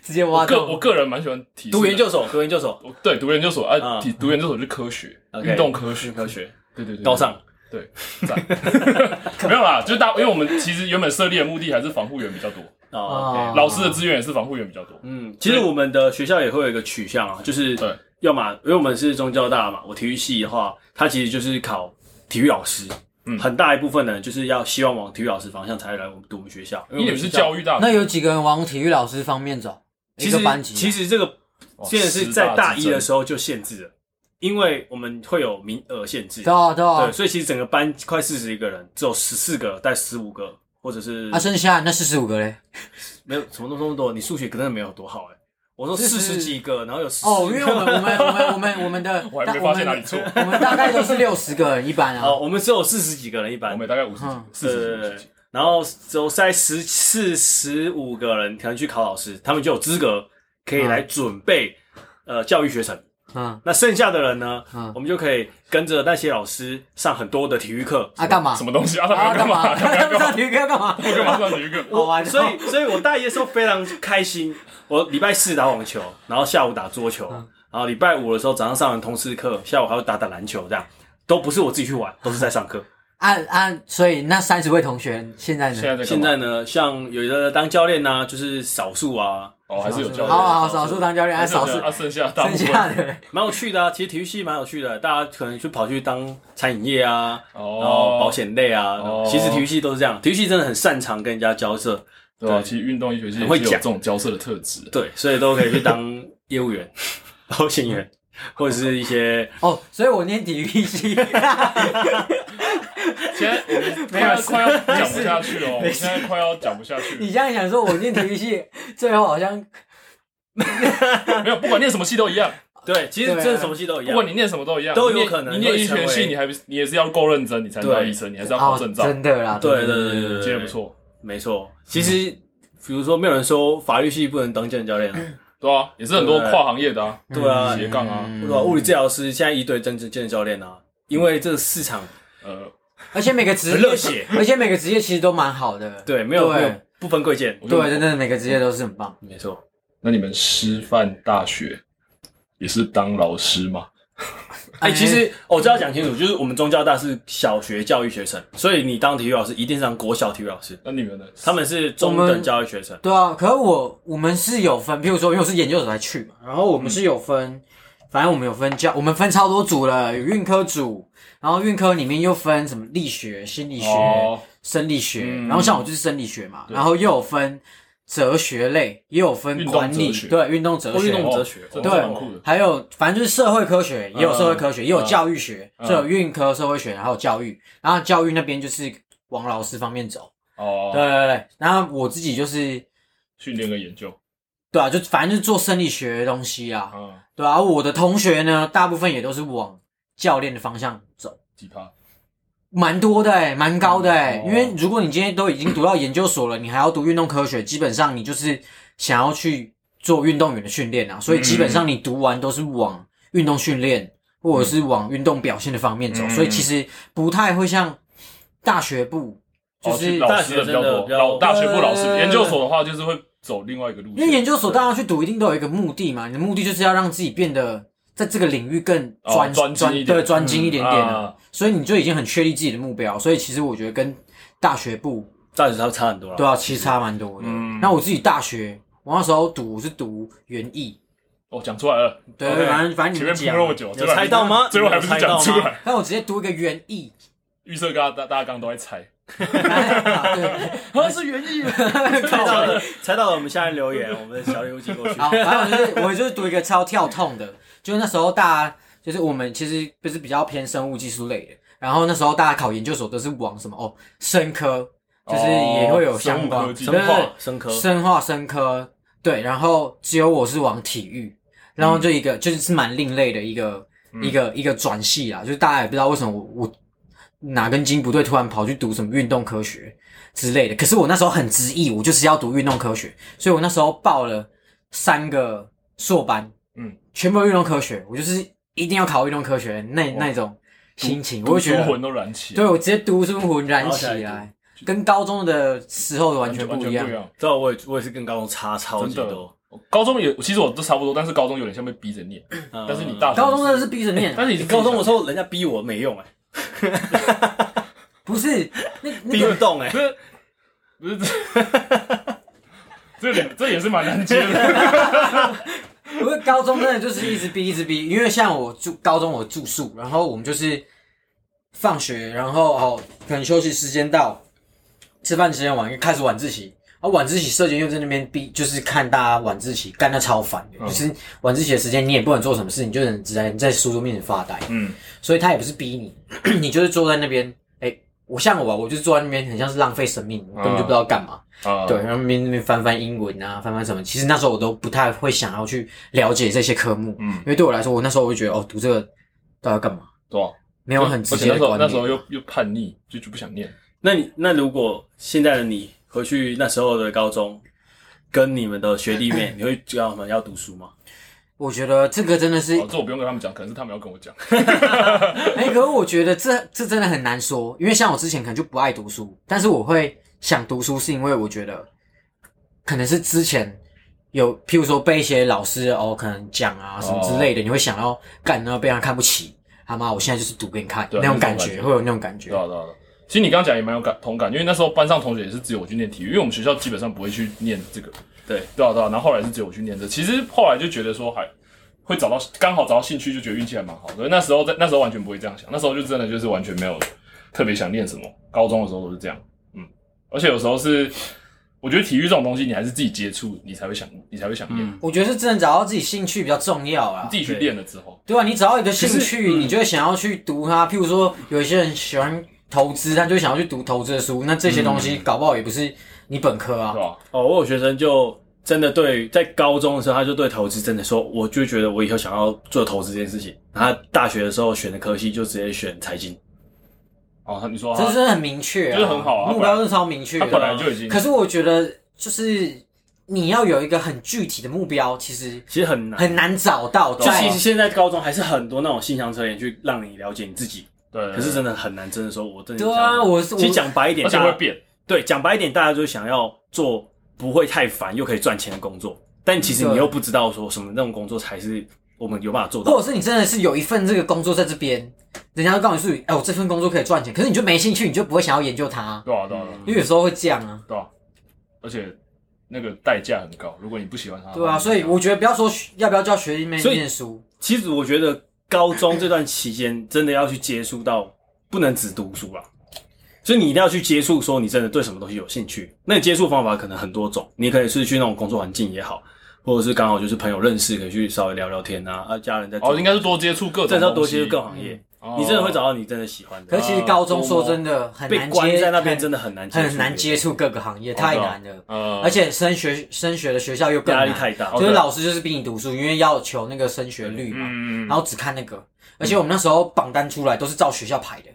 Speaker 1: 直接
Speaker 3: 我
Speaker 1: 挖
Speaker 3: 个
Speaker 1: 洞。
Speaker 3: 我个人蛮喜欢体
Speaker 2: 读研
Speaker 3: 就
Speaker 2: 究所，读研究所，
Speaker 3: 对读研究所啊，
Speaker 2: 嗯
Speaker 3: 体读研究所是科学，
Speaker 2: OK
Speaker 3: 运动科学，
Speaker 2: 科学
Speaker 3: 对对对，
Speaker 2: [LAUGHS] 高尚，
Speaker 3: 对，赞 [LAUGHS] 没有啦，就是大，因为我们其实原本设立的目的还是防护员比较多，
Speaker 2: 哦
Speaker 1: 啊
Speaker 2: ，OK，
Speaker 3: 老师的资源也是防护员比较多，
Speaker 2: 嗯，其实我们的学校也会有一个取向啊，就是
Speaker 3: 对，
Speaker 2: 要么因为我们是中教大嘛，我体育系的话，它其实就是考体育老师，
Speaker 3: 嗯
Speaker 2: 很大一部分呢就是要希望往体育老师方向才会来我们读我们学校，因
Speaker 3: 因为你们是教
Speaker 2: 育，
Speaker 3: 育大学，
Speaker 1: 那有几个人往体育老师方面走？
Speaker 2: 其
Speaker 1: 一
Speaker 2: 实
Speaker 1: 个班级啊，
Speaker 2: 其实这个现在是在大一的时候就限制了，因为我们会有名额限制
Speaker 1: 对，啊对啊
Speaker 2: 对，，所以其实整个班快四十一个人，只有十四个带十五个，或者是
Speaker 1: 啊，剩下那四十五个嘞。
Speaker 2: 没有什么东西那么多，你数学可能没有多好哎、我说
Speaker 1: 是
Speaker 2: 四
Speaker 1: 是
Speaker 2: 十几个，然后有十
Speaker 1: 哦，因为我
Speaker 2: [LAUGHS]
Speaker 1: 们我们我们我们我们
Speaker 3: [LAUGHS]
Speaker 1: 的，
Speaker 3: 我还没
Speaker 1: 但
Speaker 3: 发
Speaker 1: 我
Speaker 3: 现
Speaker 1: 们
Speaker 3: 哪里错
Speaker 1: 我们大概都是六十个人一班
Speaker 2: 哦，
Speaker 1: 啊。
Speaker 2: 我们只有四十几个人一
Speaker 3: 我
Speaker 2: 般
Speaker 3: 们，也大概五十几
Speaker 1: 嗯
Speaker 3: 四十
Speaker 2: 对
Speaker 3: 几
Speaker 2: 对
Speaker 3: 五
Speaker 2: 对
Speaker 3: 十几，
Speaker 2: 然后只有在十四十五个人可能去考老师，他们就有资格可以来
Speaker 1: 啊
Speaker 2: 准备、呃教育学程。
Speaker 1: 嗯，
Speaker 2: 那剩下的人呢，
Speaker 1: 嗯
Speaker 2: 我们就可以跟着那些老师上很多的体育课。
Speaker 1: 啊，干嘛
Speaker 3: 什？么东西啊？他
Speaker 1: 啊，
Speaker 3: 们要
Speaker 1: 干
Speaker 3: 干
Speaker 1: [LAUGHS]
Speaker 3: 嘛？
Speaker 1: 嘛？
Speaker 3: 他们要
Speaker 1: 上
Speaker 3: 干嘛？
Speaker 1: 体育课干嘛？
Speaker 3: 干嘛上体育课？
Speaker 1: [LAUGHS] 好玩哦。
Speaker 2: 所以，所以我大一的时候非常开心。 [LAUGHS] 我礼拜四打网球，然后下午打桌球，然后礼拜五的时候早上上完通识课，下午还要打打篮球，这样都不是我自己去玩， [LAUGHS] 都是在上课。
Speaker 1: 啊啊，所以那三十位同学现在
Speaker 3: 现
Speaker 1: 呢？
Speaker 3: 在在
Speaker 2: 现
Speaker 3: 干嘛
Speaker 2: 在呢，像有的当教练呢、就是少数啊，
Speaker 3: 哦还是有教
Speaker 1: 好
Speaker 3: 练，
Speaker 1: 好，少数当教练，啊还少数
Speaker 3: 啊剩下大部
Speaker 1: 剩下
Speaker 3: 分
Speaker 1: 的
Speaker 2: 蛮有趣的啊。其实体育系蛮有趣的，大家可能就跑去当餐饮业啊，然后
Speaker 3: 哦
Speaker 2: 保险类啊。
Speaker 3: 哦
Speaker 2: 其实体育系都是这样，体育系真的很擅长跟人家交涉，
Speaker 3: 对吧？
Speaker 2: 对
Speaker 3: 其实运动医学系也
Speaker 2: 很会
Speaker 3: 是有这
Speaker 2: 讲
Speaker 3: 种交涉的特质，
Speaker 2: 对，所以都可以去当业务员、保险员，或者是一些
Speaker 1: 哦，所以我念体育
Speaker 3: [LAUGHS]
Speaker 1: 系，
Speaker 3: 现在我们快要快要讲不下去了，我现在快要讲不下去了
Speaker 1: 你。现在想说我念体育系，最后好像
Speaker 3: 没有，不管念什么系都一样，
Speaker 2: 对，其实
Speaker 1: 对啊
Speaker 2: 真的什么系都一
Speaker 3: 不
Speaker 2: 样。
Speaker 3: 管你念什么都一样，
Speaker 2: 都有
Speaker 3: 你念
Speaker 2: 可能
Speaker 3: 你念医
Speaker 2: 会
Speaker 3: 学
Speaker 2: 成
Speaker 3: 系，
Speaker 2: 为
Speaker 3: 你还你也是要够认真，你才能
Speaker 2: 对
Speaker 3: 当医生，你还是要考
Speaker 1: 哦
Speaker 3: 证，照。
Speaker 1: 真的啦，
Speaker 2: 对对对对对，
Speaker 3: 今天不错，
Speaker 2: 没错。其实比如说，没有人说法律系不能当健身教练啊，
Speaker 3: 对啊，也是很多跨行业的啊，
Speaker 2: 对啊
Speaker 3: 斜杠
Speaker 1: 嗯
Speaker 3: 啊，
Speaker 2: 对吧？物理治疗师现在一对政治健教练啊，因为这个市场
Speaker 3: 呃，
Speaker 1: 而且每个职
Speaker 2: 很热血
Speaker 1: 业，而且每个职业其实都蛮好的。
Speaker 2: 对没有没有
Speaker 1: 对
Speaker 2: 不分贵贱，
Speaker 1: 对，真的每个职业都是很棒。
Speaker 2: 没错。
Speaker 3: 那你们师范大学也是当老师吗？
Speaker 2: 哎、其实我这要讲清楚，就是我们中交大是小学教育学生，所以你当体育老师一定是当国小体育老师，
Speaker 3: 那你们呢？
Speaker 2: 他们是中
Speaker 1: 我
Speaker 2: 等
Speaker 1: 们
Speaker 2: 教育学生。
Speaker 1: 对啊，可是我我们是有分，譬如说，因为我是研究所才去嘛，然后我们是有分，反正我们有分教，我们分超多组了，有运科组，然后运科里面又分什么力学、心理学、
Speaker 3: 哦，
Speaker 1: 生理学，
Speaker 3: 嗯
Speaker 1: 然后像我就是生理学嘛，然后又有分哲学类，也有分
Speaker 3: 运动
Speaker 1: 管理
Speaker 3: 哲，学
Speaker 1: 对，运动哲
Speaker 2: 哦
Speaker 1: 学，
Speaker 2: 运动哲学
Speaker 3: 哦这
Speaker 1: 对
Speaker 3: 这蛮酷的，
Speaker 1: 还有反正就是社会科学，也有社会科学，也有教育学，
Speaker 3: 嗯
Speaker 1: 就有运科、社会学，然后有教育，然后教育那边就是往老师方面走，
Speaker 3: 哦，
Speaker 1: 对对对。然后我自己就是
Speaker 3: 训练跟研究，
Speaker 1: 对啊，就反正就是做生理学的东西啊，
Speaker 3: 嗯，
Speaker 1: 对啊。我的同学呢，大部分也都是往教练的方向走，
Speaker 3: 几趴，
Speaker 1: 蛮多的、欸，蛮高的、欸。
Speaker 3: 哦
Speaker 1: 因为如果你今天都已经读到研究所了，你还要读运动科学，基本上你就是想要去做运动员的训练
Speaker 3: 嗯
Speaker 1: 啊，所以基本上你读完都是往运动训练或者是往运动表现的方面走，
Speaker 3: 嗯
Speaker 1: 所以其实不太会像大学部，就
Speaker 3: 哦
Speaker 1: 是
Speaker 3: 老师的
Speaker 2: 大学
Speaker 3: 比较
Speaker 2: 生的
Speaker 3: 多
Speaker 2: 比，较
Speaker 3: 老大学部老师，
Speaker 1: 对
Speaker 3: 研究所的话就是会走另外一个路线，
Speaker 1: 因为研究所大家去读一定都有一个目的嘛，你的目的就是要让自己变得在这个领域更
Speaker 3: 哦
Speaker 1: 专
Speaker 3: 专精一点
Speaker 1: 对专精一点点啊，
Speaker 3: 啊
Speaker 1: 所以你就已经很确立自己的目标，所以其实我觉得跟大学部
Speaker 2: 大学差差很多了。
Speaker 1: 对啊，其实差蛮多的。
Speaker 3: 嗯
Speaker 1: 那我自己大学我那时候读我是读园艺，
Speaker 3: 哦，讲出来了，
Speaker 1: 对
Speaker 3: OK，
Speaker 1: 反正反正
Speaker 3: 前
Speaker 1: 你
Speaker 3: 面
Speaker 1: 们
Speaker 3: 铺那么
Speaker 1: 讲，
Speaker 3: 久，
Speaker 2: 有猜到吗
Speaker 3: 最后还不是
Speaker 2: 有猜到
Speaker 3: 讲
Speaker 2: 吗
Speaker 3: 出来？
Speaker 1: 但我直接读一个园艺，
Speaker 3: 预设大家大家刚刚都在猜，
Speaker 1: 对，
Speaker 3: 啊是园艺，
Speaker 2: [LAUGHS] 猜到了，猜到了，我们下面留言，我们的小礼物寄过去。
Speaker 1: 好，反正我就是我就是读一个超跳痛的，就是那时候大家就是我们其实不是比较偏生物技术类的，然后那时候大家考研究所都是往什么哦生科，就是也会有相
Speaker 3: 哦生物科
Speaker 1: 关
Speaker 3: 技
Speaker 1: 对对
Speaker 2: 生化
Speaker 1: 对
Speaker 2: 啊生科，
Speaker 1: 生化生科，对，然后只有我是往体育，然后就一个、就是是蛮另类的一个、一个一个转系啦，就是大家也不知道为什么我我哪根筋不对，突然跑去读什么运动科学之类的。可是我那时候很执意，我就是要读运动科学，所以我那时候报了三个硕班，
Speaker 3: 嗯，
Speaker 1: 全部都运动科学，我就是一定要考运动科学那
Speaker 3: 哇
Speaker 1: 那种心情，我
Speaker 3: 读
Speaker 1: 就觉
Speaker 3: 书
Speaker 1: 得
Speaker 3: 魂都燃起，
Speaker 1: 对，我啊直接读书魂燃
Speaker 2: 然后
Speaker 1: 起
Speaker 2: 下来
Speaker 1: 来，跟高中的时候完全不一样。。
Speaker 2: 知道我也我也是跟高中差超
Speaker 3: 真
Speaker 2: 级
Speaker 3: 的
Speaker 2: 多，，
Speaker 3: 高中也其实我都差不多，但是高中有点像被逼着念，
Speaker 1: 嗯
Speaker 2: 但
Speaker 3: 但是你大学
Speaker 1: 哦高中真的是逼着念，
Speaker 3: [LAUGHS] 但是你
Speaker 2: 你
Speaker 3: 是
Speaker 2: 高中的时
Speaker 3: 候，
Speaker 2: 候，人家逼我没用哎，
Speaker 1: 不是那那
Speaker 2: 逼不
Speaker 1: 个
Speaker 2: 动哎
Speaker 3: 不，是不是 [LAUGHS] 这这这也是蛮难
Speaker 1: [LAUGHS]
Speaker 3: 接的，
Speaker 1: 不是高中真的就是一直逼一直逼，因为像我住高中我住宿，然后我们就是放学，然后好可能休息时间到，吃饭时间晚，开始晚自习。啊，晚自习社监又在那边逼，就是看大家晚自习干的超烦的，
Speaker 3: 哦
Speaker 1: 就是晚自习的时间你也不能做什么事，你就能只能在书桌面前发呆。
Speaker 3: 嗯，
Speaker 1: 所以他也不是逼你，你就是坐在那边。哎、我像我啊，我就是坐在那边，很像是浪费生命，我根本就不知道干嘛。
Speaker 3: 啊
Speaker 1: 对，，然后那边那边翻翻英文啊，翻翻什么，其实那时候我都不太会想要去了解这些科目，
Speaker 3: 嗯
Speaker 1: 因为对我来说，我那时候我就觉得哦，读这个到底要干嘛，
Speaker 3: 对啊，
Speaker 1: 没有很直
Speaker 3: 而且
Speaker 1: 接
Speaker 3: 那
Speaker 1: 的
Speaker 3: 时候
Speaker 1: 关
Speaker 3: 那时候
Speaker 1: 联。
Speaker 3: 又又叛逆，就就不想念。
Speaker 2: 那你那如果现在的你回去那时候的高中，跟你们的学弟 [COUGHS] 妹，你会教他们要读书吗？
Speaker 1: 我觉得这个真的是
Speaker 3: 哦，，这我不用跟他们讲，可能是他们要跟我讲。
Speaker 1: 哎，可是我觉得这这真的很难说，因为像我之前可能就不爱读书，但是我会想读书，是因为我觉得可能是之前。有，譬如说被一些老师哦，可能讲啊什么之
Speaker 3: 哦
Speaker 1: 类的，你会想要干，然后被他看不起，他妈，我现在就是读给你看，
Speaker 3: 对啊
Speaker 1: 那种
Speaker 3: 那种
Speaker 1: 感
Speaker 3: 感
Speaker 1: 觉
Speaker 3: 觉
Speaker 1: 会有那种感觉
Speaker 3: 对。啊，对啊。对啊其实你刚刚讲也蛮有感同感，因为那时候班上同学也是只有我去念体育，因为我们学校基本上不会去念这个。
Speaker 2: 对
Speaker 3: 对啊，对啊。然后后来是只有我去念这，其实后来就觉得说还会找到刚好找到兴趣，就觉得运气还蛮好的。所以那时候在那时候完全不会这样想，那时候就真的就是完全没有特别想念什么。高中的时候都是这样，嗯。而且有时候是，我觉得体育这种东西，你还是自己接触，你才会想，你才会想念。
Speaker 2: 嗯
Speaker 1: 我觉得是真的找到自己兴趣比较重要啊
Speaker 3: 自。己去练了之后，
Speaker 1: 对啊，你找到你的兴
Speaker 2: 可
Speaker 1: 趣，
Speaker 2: 是嗯
Speaker 1: 你就会想要去读它。譬如说，有一些人喜欢投资，他就会想要去读投资的书。那这些东西搞不好也不是你本科啊
Speaker 3: 嗯对。吧、
Speaker 2: 哦，我有学生就真的对，在高中的时候，他就对投资真的说，我就觉得我以后想要做投资这件事情。然后他大学的时候选的科系就直接选财经，
Speaker 3: 哦，他你说
Speaker 1: 这
Speaker 3: 他
Speaker 1: 真的很明确啊，
Speaker 3: 就是很好啊
Speaker 1: 目标是超明确
Speaker 3: 他本
Speaker 1: 的。
Speaker 3: 来就已经
Speaker 1: 可是我觉得，就是你要有一个很具体的目标，其实
Speaker 2: 其实很难。
Speaker 1: 很难找到
Speaker 3: 啊
Speaker 2: 就其
Speaker 1: 在
Speaker 2: 实现在高中还是很多那种性向测验去让你了解你自己，
Speaker 3: 对，
Speaker 2: 可是真的很难，真的说，我真的
Speaker 1: 对啊，
Speaker 2: 想
Speaker 1: 我是我
Speaker 2: 其实讲白一点，
Speaker 3: 而且
Speaker 2: 大
Speaker 3: 会
Speaker 2: 家
Speaker 3: 变，
Speaker 2: 对讲白一点，大家就想要做不会太烦又可以赚钱的工作，但其实你
Speaker 1: 对
Speaker 2: 又不知道说什么那种工作才是我们有办法做到
Speaker 1: 或者是你真的是有一份这个工作在这边，人家就告诉你，哎，我这份工作可以赚钱，可是你就没兴趣，你就不会想要研究它，
Speaker 3: 对啊，对啊，
Speaker 1: 因为有时候会这样啊。
Speaker 3: 对啊，而且那个代价很高，如果你不喜欢它，
Speaker 1: 对啊，所以我觉得不要说学要不要叫学弟妹
Speaker 2: 所以
Speaker 1: 念书，
Speaker 2: 其实我觉得高中这段期间真的要去接触到，不能只读书啦。所以你一定要去接触，说你真的对什么东西有兴趣。那接触方法可能很多种，你可以是去那种工作环境也好，或者是刚好就是朋友认识，可以去稍微聊聊天啊，啊，家人在做
Speaker 3: 哦，应该是多接触各种，
Speaker 2: 真的要多接触各行业，
Speaker 3: 哦，
Speaker 2: 你真的会找到你真的喜欢
Speaker 1: 可
Speaker 2: 的啊
Speaker 1: 是。其实高中说真的很
Speaker 2: 被
Speaker 1: 难
Speaker 2: 关
Speaker 1: 接，
Speaker 2: 在那边真的很难，
Speaker 1: 很很难接，触各个行业，太难了。
Speaker 3: 呃，
Speaker 1: 而且升学升学的学校又更
Speaker 2: 压
Speaker 1: 难
Speaker 2: 力太大。
Speaker 3: 哦
Speaker 1: 所以
Speaker 3: 对
Speaker 1: 老师就是逼你读书，因为要求那个升学率嘛，
Speaker 3: 嗯，
Speaker 1: 然后只看那个。而且我们那时候榜单出来都是照学校排的，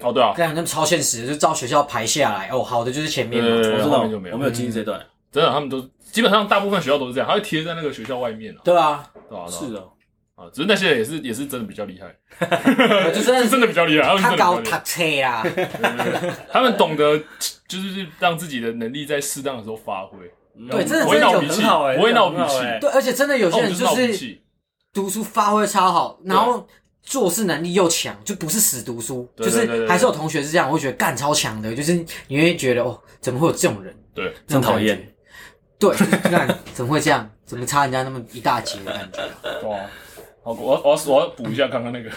Speaker 3: 哦对啊，
Speaker 1: 这样那超现实，就是照学校排下来。哦，好的就是前面
Speaker 3: 对
Speaker 1: 嘛，
Speaker 2: 我知
Speaker 3: 后
Speaker 2: 道，
Speaker 3: 面就没有嗯
Speaker 2: 我没有经历这段，
Speaker 3: 真的他们都基本上大部分学校都是这样，他会贴在那个学校外面啊，
Speaker 1: 对啊，
Speaker 3: 对啊，对啊
Speaker 2: 是哦，
Speaker 3: 啊，只是那些人也是也是真的比较厉害，
Speaker 1: 我啊就真的
Speaker 3: 是
Speaker 1: 是
Speaker 3: [LAUGHS] 真的比较厉害，他们
Speaker 1: 他
Speaker 3: 真的比较
Speaker 1: 搞
Speaker 3: 厉
Speaker 1: 读
Speaker 3: 害
Speaker 1: 册啦，
Speaker 3: 他们懂得就是让自己的能力在适当的时候发挥，
Speaker 1: 对真的
Speaker 3: 不会
Speaker 1: 真的
Speaker 3: 闹
Speaker 1: 有
Speaker 3: 脾气
Speaker 2: 很好欸，
Speaker 3: 不会闹脾
Speaker 2: 真的很好
Speaker 3: 气，
Speaker 2: 欸
Speaker 1: 对，而且真的有
Speaker 3: 哦
Speaker 1: 些
Speaker 3: 我
Speaker 1: 人
Speaker 3: 就是
Speaker 1: 就
Speaker 3: 闹脾
Speaker 1: 是
Speaker 3: 气，
Speaker 1: 读书发挥超好，然后做事能力又强，就不是死读书，
Speaker 3: 对
Speaker 1: 就
Speaker 3: 对对对
Speaker 1: 是
Speaker 3: 对
Speaker 1: 还是有同学是这样，我会觉得干超强的，就是你会觉得哦，怎么会有这种人？
Speaker 3: 对，
Speaker 1: 这种
Speaker 2: 真讨
Speaker 1: 感觉
Speaker 2: 厌。
Speaker 1: 对，就是干 [LAUGHS] 怎么会这样？怎么差人家那么一大截的 [LAUGHS] 感觉？
Speaker 3: 哇，好，我要我要我要补一下刚刚那个，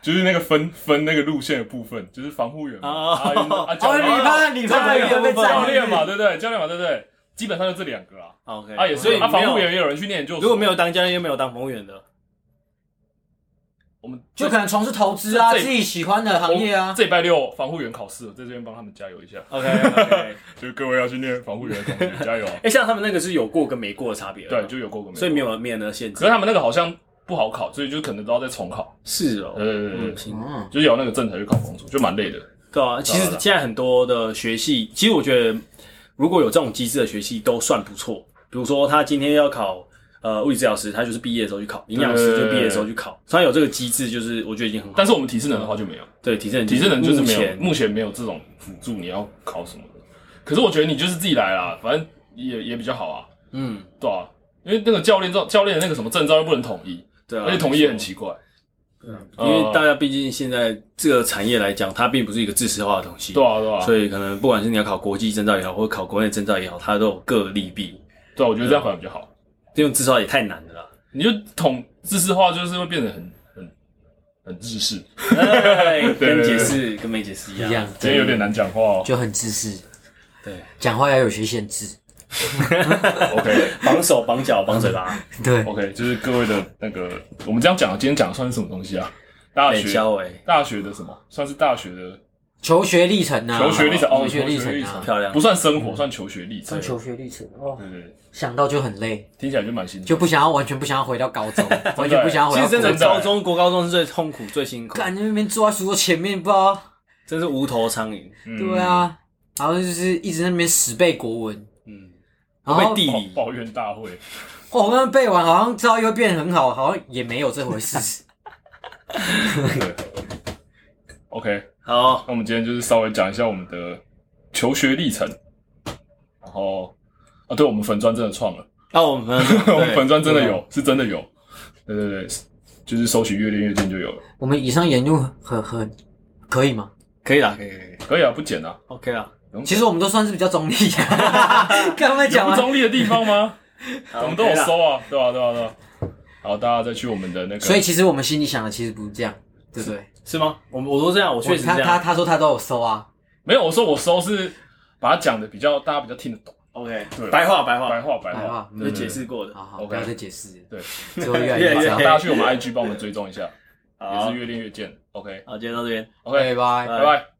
Speaker 3: 就是那个分分那个路线的部分，就是防护员嘛，
Speaker 2: 哦
Speaker 3: 啊运动啊教练
Speaker 1: 哦你怕你怕
Speaker 3: 教练
Speaker 1: 有被占
Speaker 3: 教练
Speaker 1: 领
Speaker 3: 嘛，对不对？教练嘛，对不对？基本上就这两个啦。
Speaker 2: OK，
Speaker 3: 啊，也
Speaker 2: 所
Speaker 3: 是
Speaker 2: 以
Speaker 3: 啊，防
Speaker 2: 没
Speaker 3: 护
Speaker 2: 有
Speaker 3: 员也有人去念研究所，
Speaker 2: 如果没有当教练，又没有当服务员的，
Speaker 3: 我们
Speaker 1: 就可能从事投资啊，
Speaker 3: 这
Speaker 1: 自己喜欢的行业啊。
Speaker 3: 这礼拜六防护员考试，我在这边帮他们加油一下，
Speaker 2: OK，,
Speaker 3: [LAUGHS]
Speaker 2: o k
Speaker 3: 就是各位要去念防护员的同
Speaker 2: [LAUGHS]
Speaker 3: 学加油啊！
Speaker 2: 哎、像他们那个是有过跟没过的差别，
Speaker 3: 对，，就有过过
Speaker 2: 所以没
Speaker 3: 有，
Speaker 2: 有免额限制。
Speaker 3: 可是他们那个好像不好考，所以就可能都要再重考，
Speaker 2: 是哦，
Speaker 3: 对对对对
Speaker 2: 嗯，行
Speaker 1: 嗯，
Speaker 3: 就是有那个证才去考公主，就蛮累的。
Speaker 2: 对啊。其实现在很多的学系，其实我觉得如果有这种机制的学系都算不错。比如说他今天要考呃物理治疗师，他就是毕业的时候去考；营养师就毕业的时候去考。所以他有这个机制，就是我觉得已经很好。
Speaker 3: 嗯但是我们体适能的话就没有。
Speaker 2: 对体证
Speaker 3: 体制能就是没有，
Speaker 2: 目
Speaker 3: 目前
Speaker 2: 前
Speaker 3: 没有这种辅助，你要考什么的。可是我觉得你就是自己来啦，反正也也比较好啊，
Speaker 2: 嗯，
Speaker 3: 对啊，因为那个教练照教练的那个什么证照又不能统一，
Speaker 2: 对啊，
Speaker 3: 而且统一也很奇怪，
Speaker 1: 嗯
Speaker 3: 嗯
Speaker 2: 因
Speaker 3: 哦
Speaker 2: 为大家毕竟现在这个产业来讲，它并不是一个知识化的东西。
Speaker 3: 对啊对啊，
Speaker 2: 所以可能不管是你要考国际证照也好，或者考国内证照也好，它都有各利弊。
Speaker 3: 对啊，我觉得这样反而比较好。
Speaker 2: 这种至少也太难
Speaker 3: [LAUGHS]
Speaker 2: 了啦。
Speaker 3: 你就统知识化，就是会变得很很很日式，
Speaker 2: 哎
Speaker 3: 对
Speaker 2: 跟
Speaker 3: 对
Speaker 2: 解释跟没解释一样。
Speaker 1: 一样
Speaker 3: 今天有点难讲话
Speaker 2: [LAUGHS]
Speaker 3: 哦。
Speaker 1: 就很自私，
Speaker 2: 对，
Speaker 1: 讲话要有些限制。
Speaker 3: OK
Speaker 2: [LAUGHS] 绑手绑脚绑嘴
Speaker 3: 嗯
Speaker 2: 巴，
Speaker 1: 对，
Speaker 3: OK，就是各位的那个，我们这样讲，今天讲的算是什么东西啊？大
Speaker 2: 很
Speaker 3: 学
Speaker 2: 消哎，
Speaker 3: 大学的什么？算是大学的
Speaker 1: 求学历程啊，
Speaker 3: 求学历程哦，
Speaker 1: 求学历程啊，
Speaker 2: 漂亮
Speaker 3: 不。算生活，算求学历程
Speaker 1: 算。求学历程哦，
Speaker 3: 对对对，
Speaker 1: 想到就很累，
Speaker 3: 听起来就蛮辛苦。
Speaker 1: 就不想要完全不想要回到高
Speaker 2: [LAUGHS]
Speaker 1: 中，完全不想要回
Speaker 2: 其
Speaker 1: 到
Speaker 2: 实真
Speaker 1: 国
Speaker 2: 的
Speaker 1: 中。
Speaker 2: 高中国高中是最痛苦最辛苦，
Speaker 1: 干在那边坐在书桌前面，不知道。
Speaker 2: 真是无头苍蝇。
Speaker 3: 嗯
Speaker 1: 对，啊，然后就是一直在那边死背国文，
Speaker 2: 嗯，
Speaker 1: 然后
Speaker 2: 会地
Speaker 3: 抱
Speaker 2: 理
Speaker 3: 抱怨大会，
Speaker 1: 哦，
Speaker 3: [LAUGHS]
Speaker 1: 我刚刚背完，好像知道又变很好，好像也没有这回
Speaker 2: [LAUGHS]
Speaker 1: 事。
Speaker 3: 对。OK，
Speaker 2: 好
Speaker 3: 那我们今天就是稍微讲一下我们的求学历程，然后啊，对我们粉砖真的创
Speaker 1: [LAUGHS]
Speaker 3: 了，
Speaker 2: 那我们
Speaker 3: [LAUGHS] 我们
Speaker 2: 对
Speaker 3: 粉砖真的
Speaker 1: 啊
Speaker 3: 有，是真的有，对对对，就是搜取越练越近就有了，
Speaker 1: 我们以上研究很很可以吗？
Speaker 2: 可以啦，可以可以可以
Speaker 3: 可以啊，不剪啊，
Speaker 2: ，OK 啦。
Speaker 1: 其实我们都算是比较中立， [LAUGHS] 刚才
Speaker 3: 有
Speaker 1: 讲啊完，
Speaker 3: 不中立的地
Speaker 1: [LAUGHS]
Speaker 3: 方吗？我们都有
Speaker 2: OK 啦
Speaker 3: 搜啊，对啊对啊对啊，好，大家再去我们的那个，
Speaker 1: 所以其实我们心里想的其实不是这样，对不对？
Speaker 2: 是吗？我我都这样，我确实是
Speaker 1: 他
Speaker 2: 这
Speaker 1: 他
Speaker 2: 样。
Speaker 1: 他说他都有搜啊，
Speaker 3: 没有，我说我搜是把它讲的比较大家比较听得懂，对
Speaker 2: OK，白话白
Speaker 3: 白
Speaker 2: 话，
Speaker 3: 话白
Speaker 1: 白
Speaker 3: 话
Speaker 1: 话，
Speaker 3: 对
Speaker 2: 有
Speaker 3: 对对
Speaker 2: 解释过的。
Speaker 1: 好哎嗯好
Speaker 3: OK
Speaker 1: 不要再解释，
Speaker 3: 对，
Speaker 1: 只会越来越
Speaker 2: 嗯 [LAUGHS] 越
Speaker 1: 糟
Speaker 2: 来。
Speaker 3: 大家去我们 IG 帮我们追踪一下，也
Speaker 2: 好
Speaker 3: 是，越练越健，OK
Speaker 2: 好，今天到这边。
Speaker 1: 拜
Speaker 3: OK，
Speaker 1: 拜。
Speaker 3: 拜拜。